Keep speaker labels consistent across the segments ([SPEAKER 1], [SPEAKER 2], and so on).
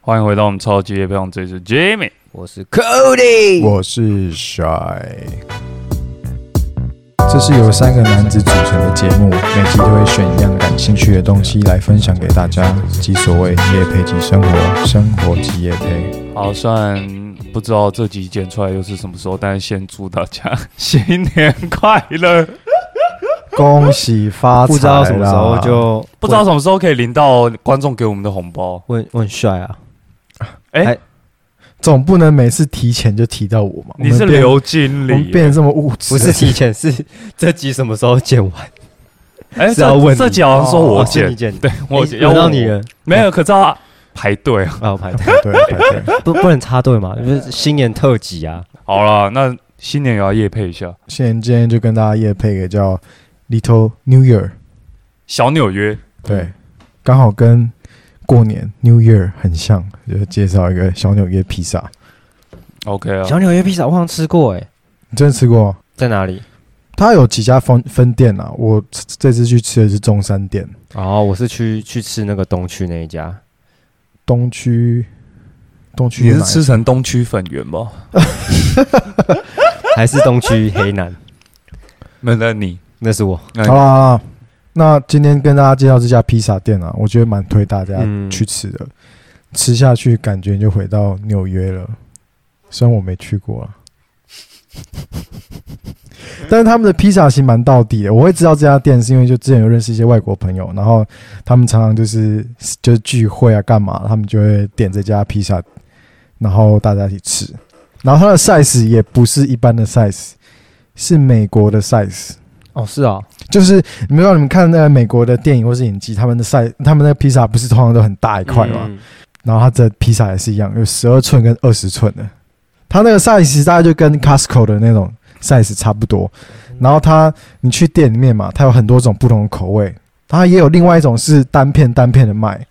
[SPEAKER 1] 欢迎回到我们超级夜配，我们这里是 Jimmy。
[SPEAKER 2] 我是 Cody，
[SPEAKER 3] 我是 Shy。这是由三个男子组成的节目，每集都会选一样感兴趣的东西来分享给大家，即所谓夜配即生活，生活即夜配。
[SPEAKER 1] 好，虽然不知道这集剪出来又是什么时候，但是先祝大家新年快乐。
[SPEAKER 3] 恭喜发财啦！
[SPEAKER 2] 不知道什么时候就
[SPEAKER 1] 不知道什么时候可以领到观众给我们的红包。
[SPEAKER 2] 问问帅啊，
[SPEAKER 3] 总不能每次提前就提到我嘛？
[SPEAKER 1] 你是
[SPEAKER 3] 我们变
[SPEAKER 1] 刘经
[SPEAKER 3] 我们
[SPEAKER 1] 理
[SPEAKER 3] 变
[SPEAKER 1] 耶，
[SPEAKER 3] 得这么物质，
[SPEAKER 2] 不是提前， 是这集什么时候剪完？
[SPEAKER 1] 哎，
[SPEAKER 2] 是要问
[SPEAKER 1] 这这
[SPEAKER 2] 你
[SPEAKER 1] 集好像说我
[SPEAKER 2] 哦是
[SPEAKER 1] 剪
[SPEAKER 2] 你，剪，
[SPEAKER 1] 对我剪，
[SPEAKER 2] 轮
[SPEAKER 1] 要
[SPEAKER 2] 到
[SPEAKER 1] 问
[SPEAKER 2] 你
[SPEAKER 1] 我
[SPEAKER 2] 了，
[SPEAKER 1] 没有？可是要排队啊。
[SPEAKER 2] 啊，我排队，
[SPEAKER 3] 对对对，
[SPEAKER 2] 不不能插队嘛，就是新年特辑啊，
[SPEAKER 1] 好了，那新年也要夜配一下
[SPEAKER 3] 现在今天就跟大家夜配一个叫 Little New Year，
[SPEAKER 1] 小纽约。
[SPEAKER 3] 对，刚好跟过年 New Year 很像，就是介绍一个小纽约披萨。
[SPEAKER 1] OK 啊，
[SPEAKER 2] 小纽约披萨我好像吃过哎，
[SPEAKER 3] 你真的吃过？
[SPEAKER 2] 在哪里？
[SPEAKER 3] 它有几家分分店啊？我这这次去吃的是中山店
[SPEAKER 2] 哦，我是去去吃那个东区那一家，
[SPEAKER 3] 东区，东区
[SPEAKER 1] 你
[SPEAKER 3] 有
[SPEAKER 1] 是
[SPEAKER 3] 哪一
[SPEAKER 1] 吃成东区粉圆吧？
[SPEAKER 2] 还是东区黑南？
[SPEAKER 1] 没有，你
[SPEAKER 2] 那是我，
[SPEAKER 1] 哎
[SPEAKER 3] 好啦好啦，那今天跟大家介绍这家披萨店啊，我觉得蛮推大家
[SPEAKER 2] 嗯
[SPEAKER 3] 去吃的，吃下去感觉就回到纽约了。虽然我没去 过啊，但是他们的披萨其实蛮到底的。我会知道这家店是因为就之前有认识一些外国朋友，然后他们常常就是就是聚会啊干嘛，他们就会点这家披萨，然后大家一起吃。然后它的 size 也不是一般的 size，是美国的 size。
[SPEAKER 2] 哦，是啊，
[SPEAKER 3] 就是你们让你们看那个美国的电影或是影集，他们的赛，他们的披萨不是通常都很大一块吗？
[SPEAKER 2] 嗯？
[SPEAKER 3] 然后它这披萨也是一样，有十二寸跟二十寸的，它那个 size 大概就跟 Costco 的那种 size 差不多。然后它你去店里面嘛，它有很多种不同的口味，它也有另外一种是单片单片的卖，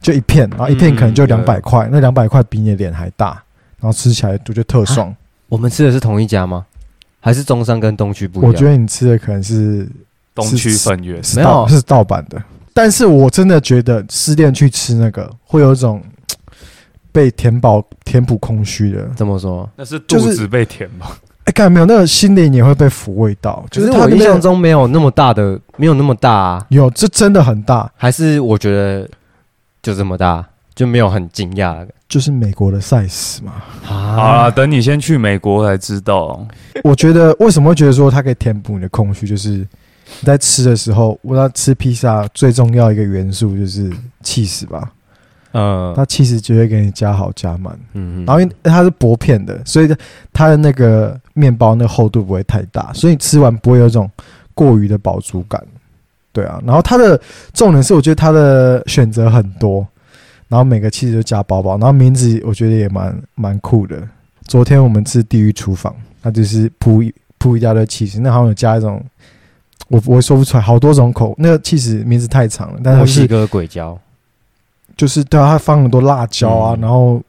[SPEAKER 3] 就一片，然后一片可能
[SPEAKER 1] 嗯
[SPEAKER 3] 就两百块，那两百块比你的脸还大，然后吃起来
[SPEAKER 2] 啊
[SPEAKER 3] 我觉得特爽。
[SPEAKER 2] 我们吃的是同一家吗？还是中山跟东区不一样？
[SPEAKER 3] 我觉得你吃的可能是
[SPEAKER 1] 东区粉圆，
[SPEAKER 3] 是
[SPEAKER 2] 没
[SPEAKER 3] 盗
[SPEAKER 2] 有
[SPEAKER 3] 是盗版的。但是我真的觉得失恋去吃那个，会有一种嘖被填饱填补空虚的。
[SPEAKER 2] 怎么说？
[SPEAKER 1] 那是肚
[SPEAKER 3] 就是
[SPEAKER 1] 子被填吧？
[SPEAKER 3] 哎，看到没有，那个心灵也会被抚慰到。
[SPEAKER 2] 可
[SPEAKER 3] 就是是它
[SPEAKER 2] 我
[SPEAKER 3] 那
[SPEAKER 2] 印象
[SPEAKER 3] 边
[SPEAKER 2] 中没有那么大的，没有那么大啊。
[SPEAKER 3] 有，这真的很大，
[SPEAKER 2] 还是我觉得就这么大，就没有很惊讶
[SPEAKER 3] 就是美国的 size 嘛。
[SPEAKER 1] 好
[SPEAKER 2] 啊
[SPEAKER 1] 啦，等你先去美国才知道。
[SPEAKER 3] 我觉得为什么会觉得说它可以填补你的空虚，就是你在吃的时候，我要吃披萨最重要一个元素就是气势吧，
[SPEAKER 1] 呃
[SPEAKER 2] 嗯
[SPEAKER 3] 它气势绝对给你加好加满。
[SPEAKER 2] 嗯
[SPEAKER 3] 然后因为它是薄片的，所以它的那个面包那个厚度不会太大，所以你吃完不会有一种过于的饱足感。对啊，然后它的重点是，我觉得它的选择很多，然后每个气质都加包包，然后名字我觉得也蛮蛮酷的。昨天我们吃地狱厨房，它就是铺一铺一大堆气质，那好像有加一种，我我说不出来，好多种口，那个气质名字太长了，但是
[SPEAKER 2] 墨
[SPEAKER 3] 它是
[SPEAKER 2] 西哥鬼椒，
[SPEAKER 3] 就是对啊，它放很多辣椒啊，
[SPEAKER 2] 嗯
[SPEAKER 3] 然后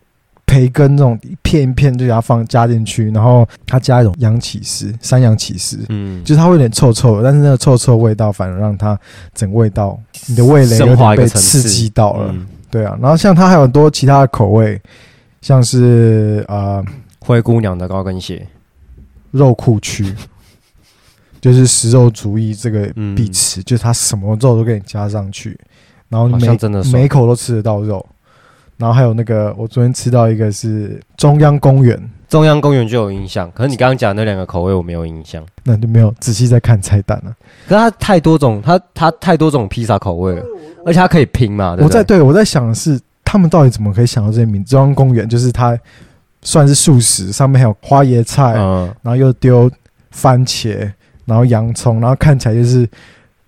[SPEAKER 3] 培根这种一片一片就给它放加进去，然后它加一种洋起司，山羊起司，
[SPEAKER 2] 嗯，
[SPEAKER 3] 就是它会有点臭臭的，但是那个臭臭味道反而让它整味道你的味蕾有
[SPEAKER 2] 升华
[SPEAKER 3] 点
[SPEAKER 2] 一个
[SPEAKER 3] 被
[SPEAKER 2] 层次
[SPEAKER 3] 刺激到了，
[SPEAKER 2] 嗯
[SPEAKER 3] 对啊。然后像它还有很多其他的口味，像是呃
[SPEAKER 2] 灰姑娘的高跟鞋，
[SPEAKER 3] 肉库区。 就是食肉主义这个
[SPEAKER 2] 嗯
[SPEAKER 3] 必吃，就是它什么肉都给你加上去，然后
[SPEAKER 2] 好
[SPEAKER 3] 每
[SPEAKER 2] 像真的
[SPEAKER 3] 每
[SPEAKER 2] 爽
[SPEAKER 3] 一口都吃得到肉。然后还有那个，我昨天吃到一个是中央公园，
[SPEAKER 2] 中央公园就有印象，可是你刚刚讲的那两个口味我没有印象，
[SPEAKER 3] 那就没有仔细在看菜单了。
[SPEAKER 2] 可是它太多种，它它太多种披萨口味了，而且它可以拼嘛，对
[SPEAKER 3] 嗯我
[SPEAKER 2] 不
[SPEAKER 3] 在
[SPEAKER 2] 对？
[SPEAKER 3] 对我在想的是，他们到底怎么可以想到这些名字？中央公园就是它算是素食，上面还有花椰菜，
[SPEAKER 2] 嗯，
[SPEAKER 3] 然后又丢番茄，然后洋葱，然后看起来就是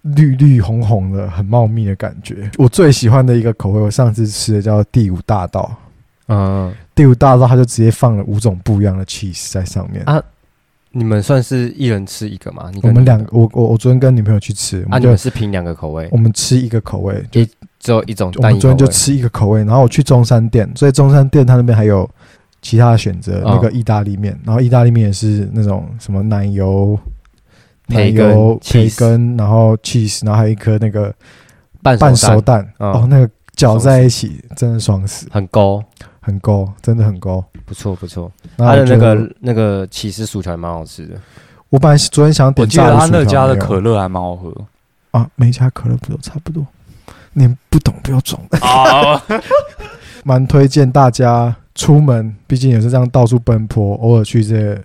[SPEAKER 3] 绿绿红红的，很茂密的感觉。我最喜欢的一个口味，我上次吃的叫第五大道，
[SPEAKER 2] 嗯，
[SPEAKER 3] 第五大道它就直接放了五种不一样的 cheese 在上面。
[SPEAKER 2] 啊你们算是一人吃一个嘛？你
[SPEAKER 3] 我
[SPEAKER 2] 跟
[SPEAKER 3] 们
[SPEAKER 2] 你
[SPEAKER 3] 两个，我我我昨天跟女朋友去吃，我
[SPEAKER 2] 啊，
[SPEAKER 3] 们
[SPEAKER 2] 你
[SPEAKER 3] 就、
[SPEAKER 2] 们是拼两个口味
[SPEAKER 3] 我，们吃一个口味，就
[SPEAKER 2] 只有一种
[SPEAKER 3] 我
[SPEAKER 2] 单
[SPEAKER 3] 们
[SPEAKER 2] 一
[SPEAKER 3] 昨
[SPEAKER 2] 口
[SPEAKER 3] 天就
[SPEAKER 2] 味，
[SPEAKER 3] 吃一个口味，然后我去中山店，所以中山店它那边还有其他的选择，
[SPEAKER 2] 嗯
[SPEAKER 3] 那个意大利面，然后意大利面也是那种什么奶油、奶
[SPEAKER 2] 培根
[SPEAKER 3] 油、培
[SPEAKER 2] cheese
[SPEAKER 3] 根，然后 cheese，然后还有一颗那个
[SPEAKER 2] 半
[SPEAKER 3] 半
[SPEAKER 2] 熟
[SPEAKER 3] 熟
[SPEAKER 2] 蛋
[SPEAKER 3] 蛋，
[SPEAKER 2] 嗯
[SPEAKER 3] 哦，那个搅在一起，真的爽死，
[SPEAKER 2] 很高，
[SPEAKER 3] 很勾，真的很勾。
[SPEAKER 2] 不错不错。
[SPEAKER 3] 然
[SPEAKER 2] 它
[SPEAKER 3] 后
[SPEAKER 2] 的
[SPEAKER 3] 我觉
[SPEAKER 2] 那
[SPEAKER 3] 得
[SPEAKER 2] 个那个起司薯条也蛮好吃的，
[SPEAKER 3] 我本来昨天想
[SPEAKER 1] 我
[SPEAKER 3] 点
[SPEAKER 1] 记
[SPEAKER 3] 炸
[SPEAKER 1] 得他
[SPEAKER 3] 薯条
[SPEAKER 1] 那家的
[SPEAKER 3] 没有
[SPEAKER 1] 可乐还蛮好喝
[SPEAKER 3] 啊，每家可乐不都差不多？你们不懂不要装，
[SPEAKER 1] 啊，
[SPEAKER 3] 蛮推荐大家出门，毕竟也是这样到处奔波，偶尔去这个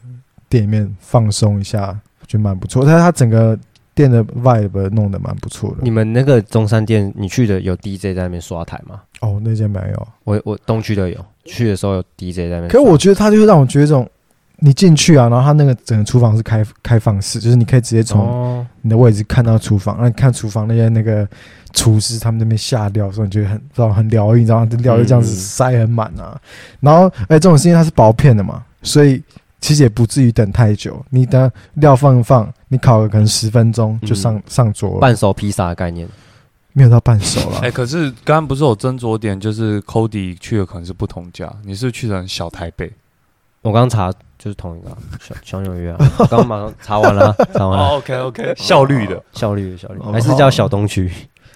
[SPEAKER 3] 店里面放松一下，我觉得蛮不错。但是它整个店的 vibe 弄得蛮不错的
[SPEAKER 2] 你。们那个中山店，你去的有 DJ 在那边刷台吗？
[SPEAKER 3] 哦，那间没有，
[SPEAKER 2] 我我东区的有，去的时候有 DJ 在那边刷。
[SPEAKER 3] 可是我觉得它就是让我觉得这种，你进去啊，然后它那个整个厨房是开开放式，就是你可以直接从
[SPEAKER 2] 哦，
[SPEAKER 3] 你的位置看到厨房，然后你看厨房那些那个厨师他们那边下料的时候，你觉得很知道很疗愈，你知道吗？这料就这样子
[SPEAKER 2] 嗯
[SPEAKER 3] 塞很满啊。然后，哎，这种事情它是薄片的嘛，所以其实也不至于等太久。你等料放一放，你烤个可能十分钟
[SPEAKER 1] 嗯
[SPEAKER 3] 就上、上桌了，
[SPEAKER 2] 半熟披萨的概念，
[SPEAKER 3] 没有到半熟 了。
[SPEAKER 1] 哎，可是刚刚不是有斟酌点，就是 Cody 去的可能是不同家，你是去成小台北
[SPEAKER 2] 我刚查就是同一个啊小小纽约啊，我刚马上查完了啊，查完了，
[SPEAKER 1] ，OK OK，效哦率的
[SPEAKER 2] 效率效率
[SPEAKER 3] 哦，
[SPEAKER 2] 还是叫小东区。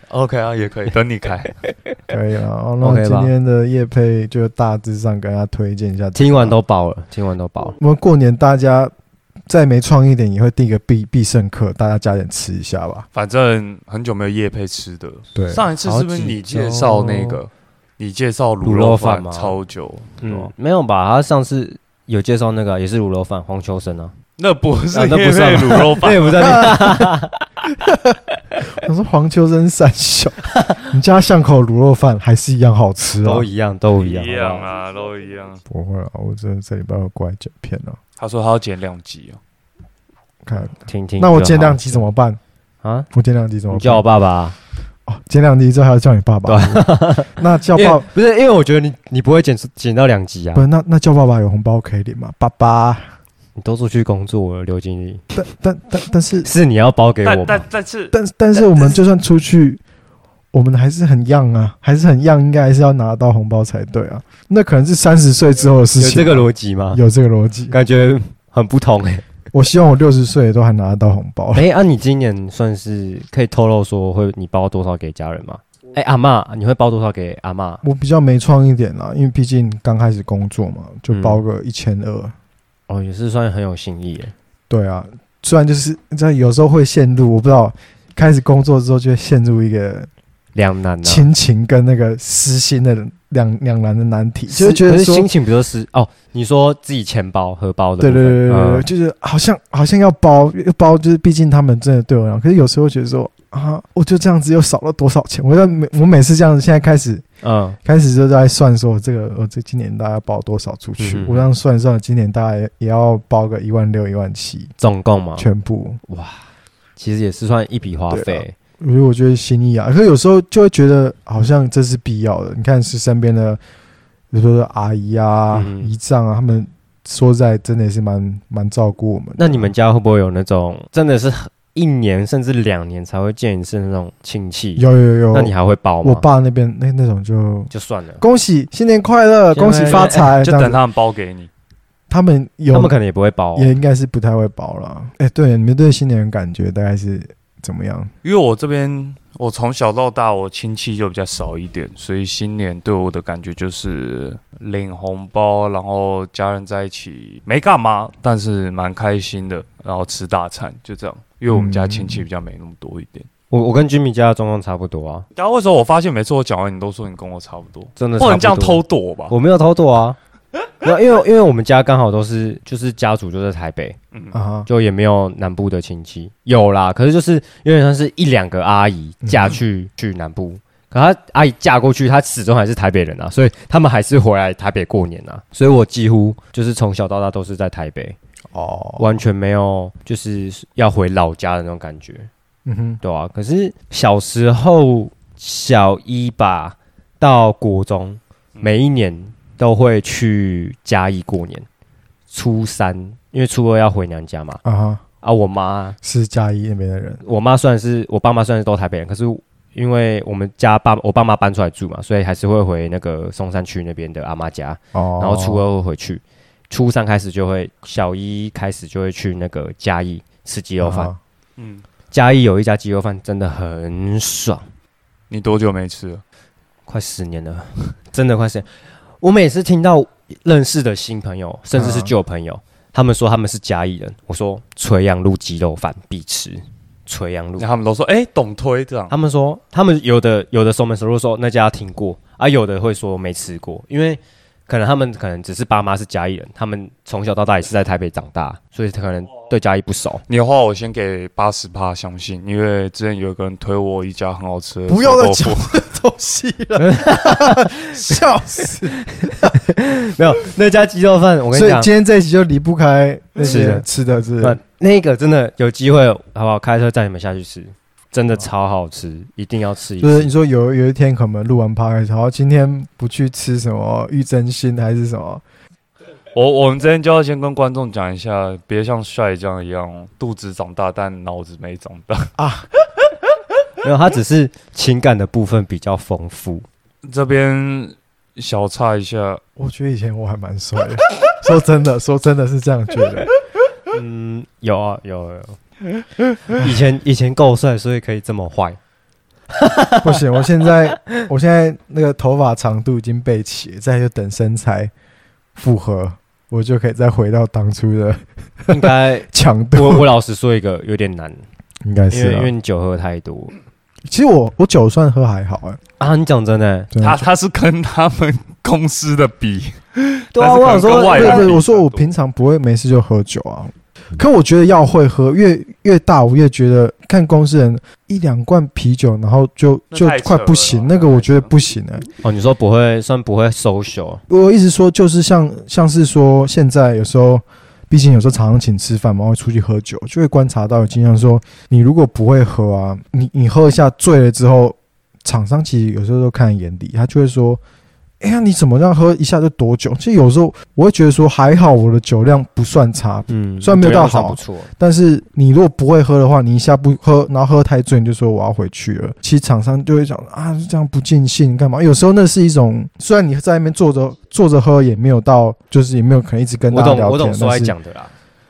[SPEAKER 1] OK 啊，也可以等你 开。
[SPEAKER 3] 可以了。哦，那
[SPEAKER 2] OK 吧
[SPEAKER 3] 今天的夜配就大致上跟大家推荐一下。
[SPEAKER 2] 听完都饱了，听完都饱了。
[SPEAKER 3] 我们过年大家再没创意一点，也会定一个必必胜客，大家加点吃一下吧。
[SPEAKER 1] 反正很久没有夜配吃的，
[SPEAKER 3] 对，
[SPEAKER 1] 上一次是不是你介绍那个？你介绍哦卤
[SPEAKER 2] 卤肉饭
[SPEAKER 1] 饭
[SPEAKER 2] 吗
[SPEAKER 1] 超久，
[SPEAKER 2] 嗯
[SPEAKER 1] 嗯，，
[SPEAKER 2] 没有吧？他上次有介绍那个啊也是卤肉饭，黄秋生啊，
[SPEAKER 1] 那不是
[SPEAKER 2] 啊那不
[SPEAKER 1] 夜配
[SPEAKER 2] 算
[SPEAKER 1] 卤肉
[SPEAKER 2] 那
[SPEAKER 1] 饭，
[SPEAKER 2] 也不在那。
[SPEAKER 3] 我说黄秋生三小， 你家巷口卤肉饭还是一样好吃啊
[SPEAKER 2] 都？一样，都一 样，
[SPEAKER 1] 一
[SPEAKER 2] 好
[SPEAKER 1] 样
[SPEAKER 2] 不好。
[SPEAKER 1] 啊，都一样。
[SPEAKER 3] 不会啊，我真的这礼拜要过来剪片了。
[SPEAKER 1] 他说他要剪两集哦，
[SPEAKER 3] 看，
[SPEAKER 2] 听听就
[SPEAKER 3] 那
[SPEAKER 2] 好。
[SPEAKER 3] 我剪两集怎么办？
[SPEAKER 2] 啊？
[SPEAKER 3] 我剪两集怎么
[SPEAKER 2] 你
[SPEAKER 3] 办？
[SPEAKER 2] 叫我爸爸啊，
[SPEAKER 3] 哦，剪两集之后还要叫你爸爸。 那叫
[SPEAKER 2] 因为
[SPEAKER 3] 爸
[SPEAKER 2] 不是因为我觉得你你不会剪剪到两集啊
[SPEAKER 3] 不，是那那叫爸爸有红包可以领吗？爸爸，
[SPEAKER 2] 你都出去工作了，刘经理
[SPEAKER 3] 但但但但是
[SPEAKER 2] 是你要包给
[SPEAKER 1] 但
[SPEAKER 2] 我吗
[SPEAKER 1] 但？但是
[SPEAKER 3] 但但是我们就算出去，我们还是很样啊，还是很样，应该还是要拿到红包才对啊。那可能是三十岁之后的事
[SPEAKER 2] 有
[SPEAKER 3] 情
[SPEAKER 2] 这
[SPEAKER 3] 啊，
[SPEAKER 2] 个逻辑吗？
[SPEAKER 3] 有这个逻辑。
[SPEAKER 2] 感觉很不同哎。
[SPEAKER 3] 我希望我六十岁都还拿得到红包。
[SPEAKER 2] 哎，啊，你今年算是可以透露说会你包多少给家人吗？
[SPEAKER 3] 哦
[SPEAKER 2] 哎，阿妈，你会包多少给阿妈？
[SPEAKER 3] 我比较没创意点啦，因为毕竟刚开始工作嘛，就
[SPEAKER 2] 嗯
[SPEAKER 3] 包个一千二。
[SPEAKER 2] 哦，也是算很有心意哎。
[SPEAKER 3] 对啊，虽然就是这样，有时候会陷入，我不知道开始工作之后就会陷入一个
[SPEAKER 2] 两难啊。
[SPEAKER 3] 亲情跟那个私心的两两难的难题，就是觉
[SPEAKER 2] 可
[SPEAKER 3] 得
[SPEAKER 2] 是
[SPEAKER 3] 说，
[SPEAKER 2] 心情比较是哦，你说自己钱包荷包的
[SPEAKER 3] 对对
[SPEAKER 2] 部分，
[SPEAKER 3] 对对对，
[SPEAKER 2] 嗯
[SPEAKER 3] 就是好像好像要包要包，就是毕竟他们真的对我来讲，可是有时候觉得说啊，我就这样子又少了多少钱？我在每我每次这样子，现在开始
[SPEAKER 2] 嗯，
[SPEAKER 3] 开始就在算说，这个哦我这今年大概要包多少出去？
[SPEAKER 2] 嗯哼
[SPEAKER 3] 我这样算一算，今年大概也也要包个一万六、一万七，
[SPEAKER 2] 总共嘛，
[SPEAKER 3] 全部。
[SPEAKER 2] 其实也是算一笔花
[SPEAKER 3] 对啊
[SPEAKER 2] 费。
[SPEAKER 3] 因为我觉得心意啊，可是有时候就会觉得好像这是必要的。你看，是身边的，比如说阿姨啊、
[SPEAKER 2] 嗯
[SPEAKER 3] 姨丈啊，他们说实在真的也是蛮蛮照顾我们的。
[SPEAKER 2] 那你们家会不会有那种真的是很一年甚至两年才会见一次那种亲戚？
[SPEAKER 3] 有有有，
[SPEAKER 2] 那你还会包吗？
[SPEAKER 3] 我爸那边那那种就
[SPEAKER 2] 就算了，
[SPEAKER 3] 恭喜新年快乐，
[SPEAKER 2] 新年
[SPEAKER 3] 恭
[SPEAKER 2] 快乐
[SPEAKER 3] 喜发财，
[SPEAKER 1] 就
[SPEAKER 3] 这样
[SPEAKER 1] 等
[SPEAKER 3] 子
[SPEAKER 1] 他们包给你。
[SPEAKER 3] 他们有
[SPEAKER 2] 他们可能也不会包哦。
[SPEAKER 3] 也应该是不太会包了。哎、对，你们对新年的感觉大概是怎么样？
[SPEAKER 1] 因为我这边我从小到大我亲戚就比较少一点，所以新年对我的感觉就是领红包，然后家人在一起没干嘛，但是蛮开心的，然后吃大餐就这样。因为我们家亲戚比较没那么多一点。
[SPEAKER 2] 我我跟 Jimmy 家的状况差不多啊，
[SPEAKER 1] 然后为什么我发现每次我讲完你都说你跟我差不多？
[SPEAKER 2] 真的
[SPEAKER 1] 不能这
[SPEAKER 2] 差
[SPEAKER 1] 样
[SPEAKER 2] 不
[SPEAKER 1] 偷
[SPEAKER 2] 多
[SPEAKER 1] 躲我吧？
[SPEAKER 2] 我没有偷渡啊。 那因为因为我们家刚好都是就是家族就在台北，
[SPEAKER 1] 嗯
[SPEAKER 3] 啊哈，
[SPEAKER 2] 就也没有南部的亲戚，有啦，可是就是有点像是一两个阿姨
[SPEAKER 3] 嗯
[SPEAKER 2] 嫁去、去南部，可她阿姨嫁过去，她始终还是台北人啊，所以他们还是回来台北过年啊，所以我几乎就是从小到大都是在台北，
[SPEAKER 3] 哦，
[SPEAKER 2] 完全没有就是要回老家的那种感觉，
[SPEAKER 3] 嗯哼，
[SPEAKER 2] 对啊，可是小时候小一吧到国中，每一年都会去嘉义过年，初三因为初二要回娘家嘛，
[SPEAKER 3] 啊哈，
[SPEAKER 2] 啊我妈。
[SPEAKER 3] 是嘉义那边的人，
[SPEAKER 2] 我妈虽然是我爸妈虽然是都台北人，可是因为我们家爸我爸妈搬出来住嘛，所以还是会回那个松山区那边的阿妈家，
[SPEAKER 3] 哦，
[SPEAKER 2] 然后初二会回去，初三开始就会小一开始就会去那个嘉义吃鸡肉饭，
[SPEAKER 3] 啊
[SPEAKER 1] 嗯，
[SPEAKER 2] 嘉义有一家鸡肉饭真的很爽，
[SPEAKER 1] 你多久没吃了？嗯
[SPEAKER 2] 快十年了， 真的快十年。我每次听到认识的新朋友，甚至是
[SPEAKER 3] 嗯
[SPEAKER 2] 旧朋友，他们说他们是嘉义人，我说垂杨路鸡肉饭必吃，垂杨路
[SPEAKER 1] 然。后他们都说，哎、懂推这样，
[SPEAKER 2] 他们说，他们有的有的熟门熟路说那家听过啊，有的会说没吃过，因为可能他们可能只是爸妈是嘉义人，他们从小到大也是在台北长大，所以可能对嘉义不熟。
[SPEAKER 1] 你的话我先给八十趴相信，因为之前有一个人推我一家很好吃的
[SPEAKER 3] 不要再
[SPEAKER 1] 臭豆腐，
[SPEAKER 3] 东西了， 笑死！
[SPEAKER 2] 没有那家鸡肉饭，我跟你
[SPEAKER 3] 所以
[SPEAKER 2] 讲，
[SPEAKER 3] 今天这一集就离不开那
[SPEAKER 2] 吃
[SPEAKER 3] 些
[SPEAKER 2] 的
[SPEAKER 3] 吃的，是
[SPEAKER 2] 那那个真的有机会，好不好？开车载你们下去吃，真的超好吃，一定要吃一
[SPEAKER 3] 就是你
[SPEAKER 2] 次。
[SPEAKER 3] 说有有一天可能录完 p o d 然后今天不去吃什么玉珍心还是什么，
[SPEAKER 1] 我我们之前就要先跟观众讲一下，别像帅这样一样，肚子长大但脑子没长大。
[SPEAKER 2] 没有，它只是情感的部分比较丰富。
[SPEAKER 1] 这边小岔一下，
[SPEAKER 3] 我觉得以前我还蛮帅 的。说真的，说真的是这样觉得。
[SPEAKER 2] 嗯，有啊，有啊有啊。以前以前够帅，所以可以这么 坏。
[SPEAKER 3] 不行，我现在我现在那个头发长度已经备齐了，再就等身材复合，我就可以再回到当初的
[SPEAKER 2] 应该
[SPEAKER 3] 强 度。
[SPEAKER 2] 我我老实说一个有点难，
[SPEAKER 3] 应该
[SPEAKER 2] 因
[SPEAKER 3] 是
[SPEAKER 2] 为因
[SPEAKER 3] 啊
[SPEAKER 2] 为。你酒喝太多
[SPEAKER 3] 其实我我酒算喝还好哎、
[SPEAKER 2] 啊。你讲真的，
[SPEAKER 3] 真的
[SPEAKER 1] 他他是跟他们公司的比，
[SPEAKER 2] 对
[SPEAKER 1] 但
[SPEAKER 2] 啊，
[SPEAKER 1] 是
[SPEAKER 2] 我
[SPEAKER 1] 可能
[SPEAKER 2] 想说
[SPEAKER 1] 跟外
[SPEAKER 3] 对
[SPEAKER 1] 人
[SPEAKER 3] 对，
[SPEAKER 1] 比
[SPEAKER 3] 我说
[SPEAKER 1] 较
[SPEAKER 3] 我
[SPEAKER 1] 多
[SPEAKER 3] 平常不会没事就喝酒啊，
[SPEAKER 1] 嗯
[SPEAKER 3] 可我觉得要会喝，越越大我越觉得看公司人一两罐啤酒，然后就
[SPEAKER 1] 那
[SPEAKER 3] 就
[SPEAKER 1] 太扯
[SPEAKER 3] 快不
[SPEAKER 1] 了
[SPEAKER 3] 行，
[SPEAKER 1] 啦
[SPEAKER 3] 那个
[SPEAKER 1] 太
[SPEAKER 3] 我
[SPEAKER 1] 扯
[SPEAKER 3] 觉得
[SPEAKER 1] 了
[SPEAKER 3] 不行哎、
[SPEAKER 2] 哦，你说不会算不会 social，
[SPEAKER 3] 我一直说就是像像是说现在有时候。毕竟有时候常常请吃饭嘛，会出去喝酒，就会观察到有经常说，你如果不会喝啊，你你喝一下醉了之后，厂商其实有时候都看在眼里，他就会说，哎呀，你怎么让喝一下就多久？其实有时候我会觉得说，还好我的酒量不算差，
[SPEAKER 2] 嗯，
[SPEAKER 3] 虽然没有到
[SPEAKER 2] 酒量算不
[SPEAKER 3] 好
[SPEAKER 2] 错，
[SPEAKER 3] 但是你如果不会喝的话，你一下不喝，然后喝太醉，你就说我要回去了。其实厂商就会讲啊，这样不尽兴干嘛？有时候那是一种，虽然你在那边坐着坐着喝，也没有到，就是也没有可能一直跟
[SPEAKER 2] 我
[SPEAKER 3] 大家
[SPEAKER 2] 懂
[SPEAKER 3] 聊
[SPEAKER 2] 我懂
[SPEAKER 3] 天，
[SPEAKER 2] 说
[SPEAKER 3] 但
[SPEAKER 2] 来
[SPEAKER 3] 是
[SPEAKER 2] 讲的啦。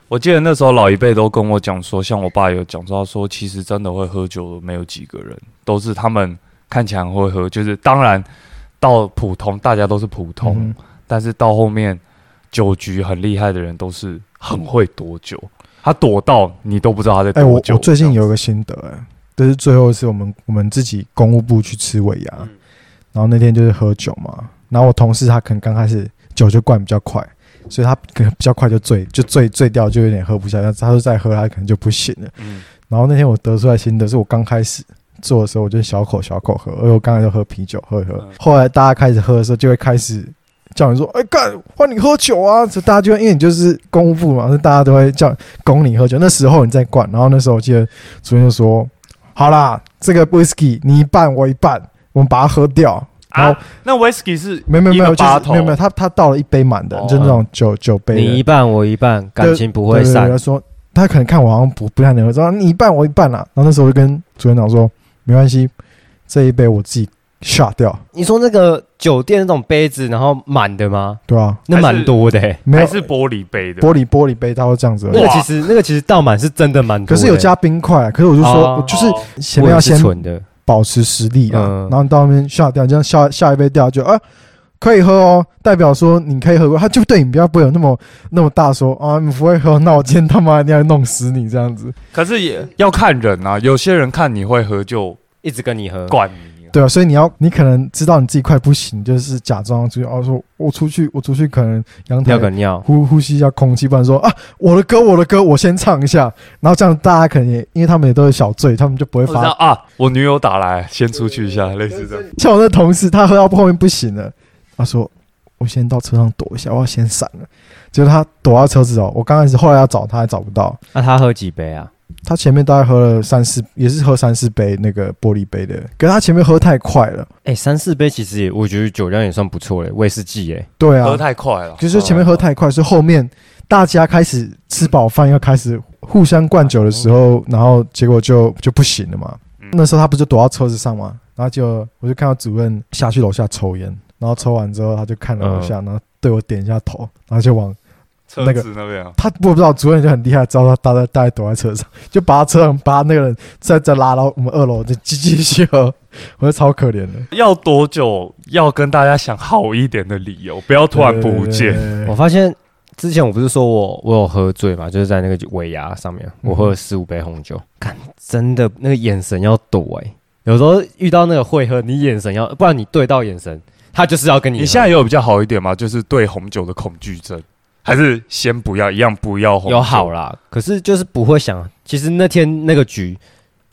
[SPEAKER 1] 我记得那时候老一辈都跟我讲说，像我爸有讲说，他说其实真的会喝酒的没有几个人，都是他们看起来很会喝，就是当然到普通大家都是普通，
[SPEAKER 3] 嗯
[SPEAKER 1] 但是到后面酒局很厉害的人都是很会躲酒，他躲到你都不知道他在
[SPEAKER 3] 嗯哎、我
[SPEAKER 1] 躲酒。
[SPEAKER 3] 我最近
[SPEAKER 1] 这样
[SPEAKER 3] 有一个心得、哎，这是最后一次我们我们自己公务部去吃尾牙，然后那天就是喝酒嘛，然后我同事他可能刚开始酒就灌比较快，所以他可能比较快就醉，就醉醉掉就有点喝不下，但是他说再喝他可能就不行了。
[SPEAKER 1] 嗯
[SPEAKER 3] 然后那天我得出来心得是我刚开始做的时候，我就小口小口喝，而我刚才就喝啤酒喝一喝
[SPEAKER 1] 嗯。
[SPEAKER 3] 后来大家开始喝的时候，就会开始叫你说：“哎，干，换你喝酒啊！”这大家就因为你就是公务部嘛，所以大家都会叫供你喝酒。那时候你在灌，然后那时候我记得主任就说：“好啦，这个 whisky 你一半我一半，我们把它喝掉。”然后
[SPEAKER 1] 啊，那 whisky 是
[SPEAKER 3] 没有没有没有，
[SPEAKER 1] 一个
[SPEAKER 3] 就
[SPEAKER 1] 八
[SPEAKER 3] 是
[SPEAKER 1] 头
[SPEAKER 3] 没有没有，他他倒了一杯满的
[SPEAKER 1] 哦，
[SPEAKER 3] 就那种酒酒杯的。
[SPEAKER 2] 你一半我一半，感情不会
[SPEAKER 3] 对对对
[SPEAKER 2] 散
[SPEAKER 3] 他。说他可能看我好像不不太能喝，说啊你一半我一半啦、然后那时候我就跟主任长说，没关系，这一杯我自己下掉，
[SPEAKER 2] 你说那个酒店那种杯子，然后满的吗？
[SPEAKER 3] 对吧、
[SPEAKER 2] 那
[SPEAKER 1] 还
[SPEAKER 2] 蛮
[SPEAKER 1] 是
[SPEAKER 2] 多的欸，
[SPEAKER 3] 没有
[SPEAKER 1] 还是玻璃杯的？
[SPEAKER 3] 玻璃玻璃杯，他会这样子而
[SPEAKER 2] 那
[SPEAKER 3] 已。
[SPEAKER 2] 个
[SPEAKER 1] 哇
[SPEAKER 2] 其实那个其实倒满是真的蛮多
[SPEAKER 3] 可
[SPEAKER 2] 的欸，
[SPEAKER 3] 是有加冰块，可是我就说，
[SPEAKER 2] 哦
[SPEAKER 3] 我就是
[SPEAKER 1] 哦
[SPEAKER 3] 前
[SPEAKER 2] 我
[SPEAKER 3] 面
[SPEAKER 2] 也
[SPEAKER 3] 要
[SPEAKER 2] 是
[SPEAKER 3] 先
[SPEAKER 2] 存的，
[SPEAKER 3] 保持实力啊，
[SPEAKER 2] 嗯
[SPEAKER 3] 然后你到那边下掉，这样下下一杯掉就啊。可以喝哦，代表说你可以喝过，他就对你比较不会有那么那么大说啊，你不会喝，那我今天他妈一定要弄死你这样子，
[SPEAKER 1] 可是也要看人啊，有些人看你会喝就
[SPEAKER 2] 一直跟你喝。
[SPEAKER 1] 灌你。
[SPEAKER 3] 对啊，所以你要，你可能知道你自己快不行，就是假装出去，哦，说我出去，我出去可能阳台
[SPEAKER 2] 尿个尿，
[SPEAKER 3] 呼呼吸一下空气，不然说啊，我的歌，我的歌，我先唱一下，然后这样大家可能也，因为他们也都是小醉，他们就不会
[SPEAKER 1] 我知
[SPEAKER 3] 发
[SPEAKER 1] 道。啊，我女友打来，先出去一下，类似这样。
[SPEAKER 3] 像我那同事，他喝到后面不行了，他说我先到车上躲一下，我要先闪了。结果他躲到车子哦，我刚开始后来要找他还找不到，
[SPEAKER 2] 那他喝几杯啊？
[SPEAKER 3] 他前面大概喝了三四，也是喝三四杯那个玻璃杯的，可是他前面喝太快了，
[SPEAKER 2] 哎，三四杯其实也，我觉得酒量也算不错嘞，威士忌哎。
[SPEAKER 3] 对啊，
[SPEAKER 1] 喝太快了，
[SPEAKER 3] 就是前面喝太快，所以后面大家开始吃饱饭，要开始互相灌酒的时候，然后结果就就不行了嘛。
[SPEAKER 1] 嗯
[SPEAKER 3] 那时候他不就躲到车子上嘛，然后就我就看到主任下
[SPEAKER 1] 嗯
[SPEAKER 3] 去楼下抽烟，然后抽完之后他就看了我一下，然后对我点一下头，然后就往
[SPEAKER 1] 车
[SPEAKER 3] 那个
[SPEAKER 1] 子那边啊，
[SPEAKER 3] 他我不知道，主任就很厉害，知道他大家大家躲在车上，就把他车上嗯把那个人再再拉到我们二楼，就继继续喝，我就超可怜的。
[SPEAKER 1] 要多久？要跟大家想好一点的理由，不要突然不见。
[SPEAKER 3] 对
[SPEAKER 2] 我，发现之前我不是说我我有喝醉嘛，就是在那个尾牙上
[SPEAKER 1] 嗯
[SPEAKER 2] 面，我喝了十五杯红酒，看真的那个眼神要躲
[SPEAKER 1] 嗯
[SPEAKER 2] 哎、有时候遇到那个会喝，你眼神要，不然你对到眼神，他就是要跟你喝。
[SPEAKER 1] 你现在有比较好一点吗？就是对红酒的恐惧症，还是先不要，一样不要红酒？
[SPEAKER 2] 有好啦，可是就是不会想，其实那天那个局。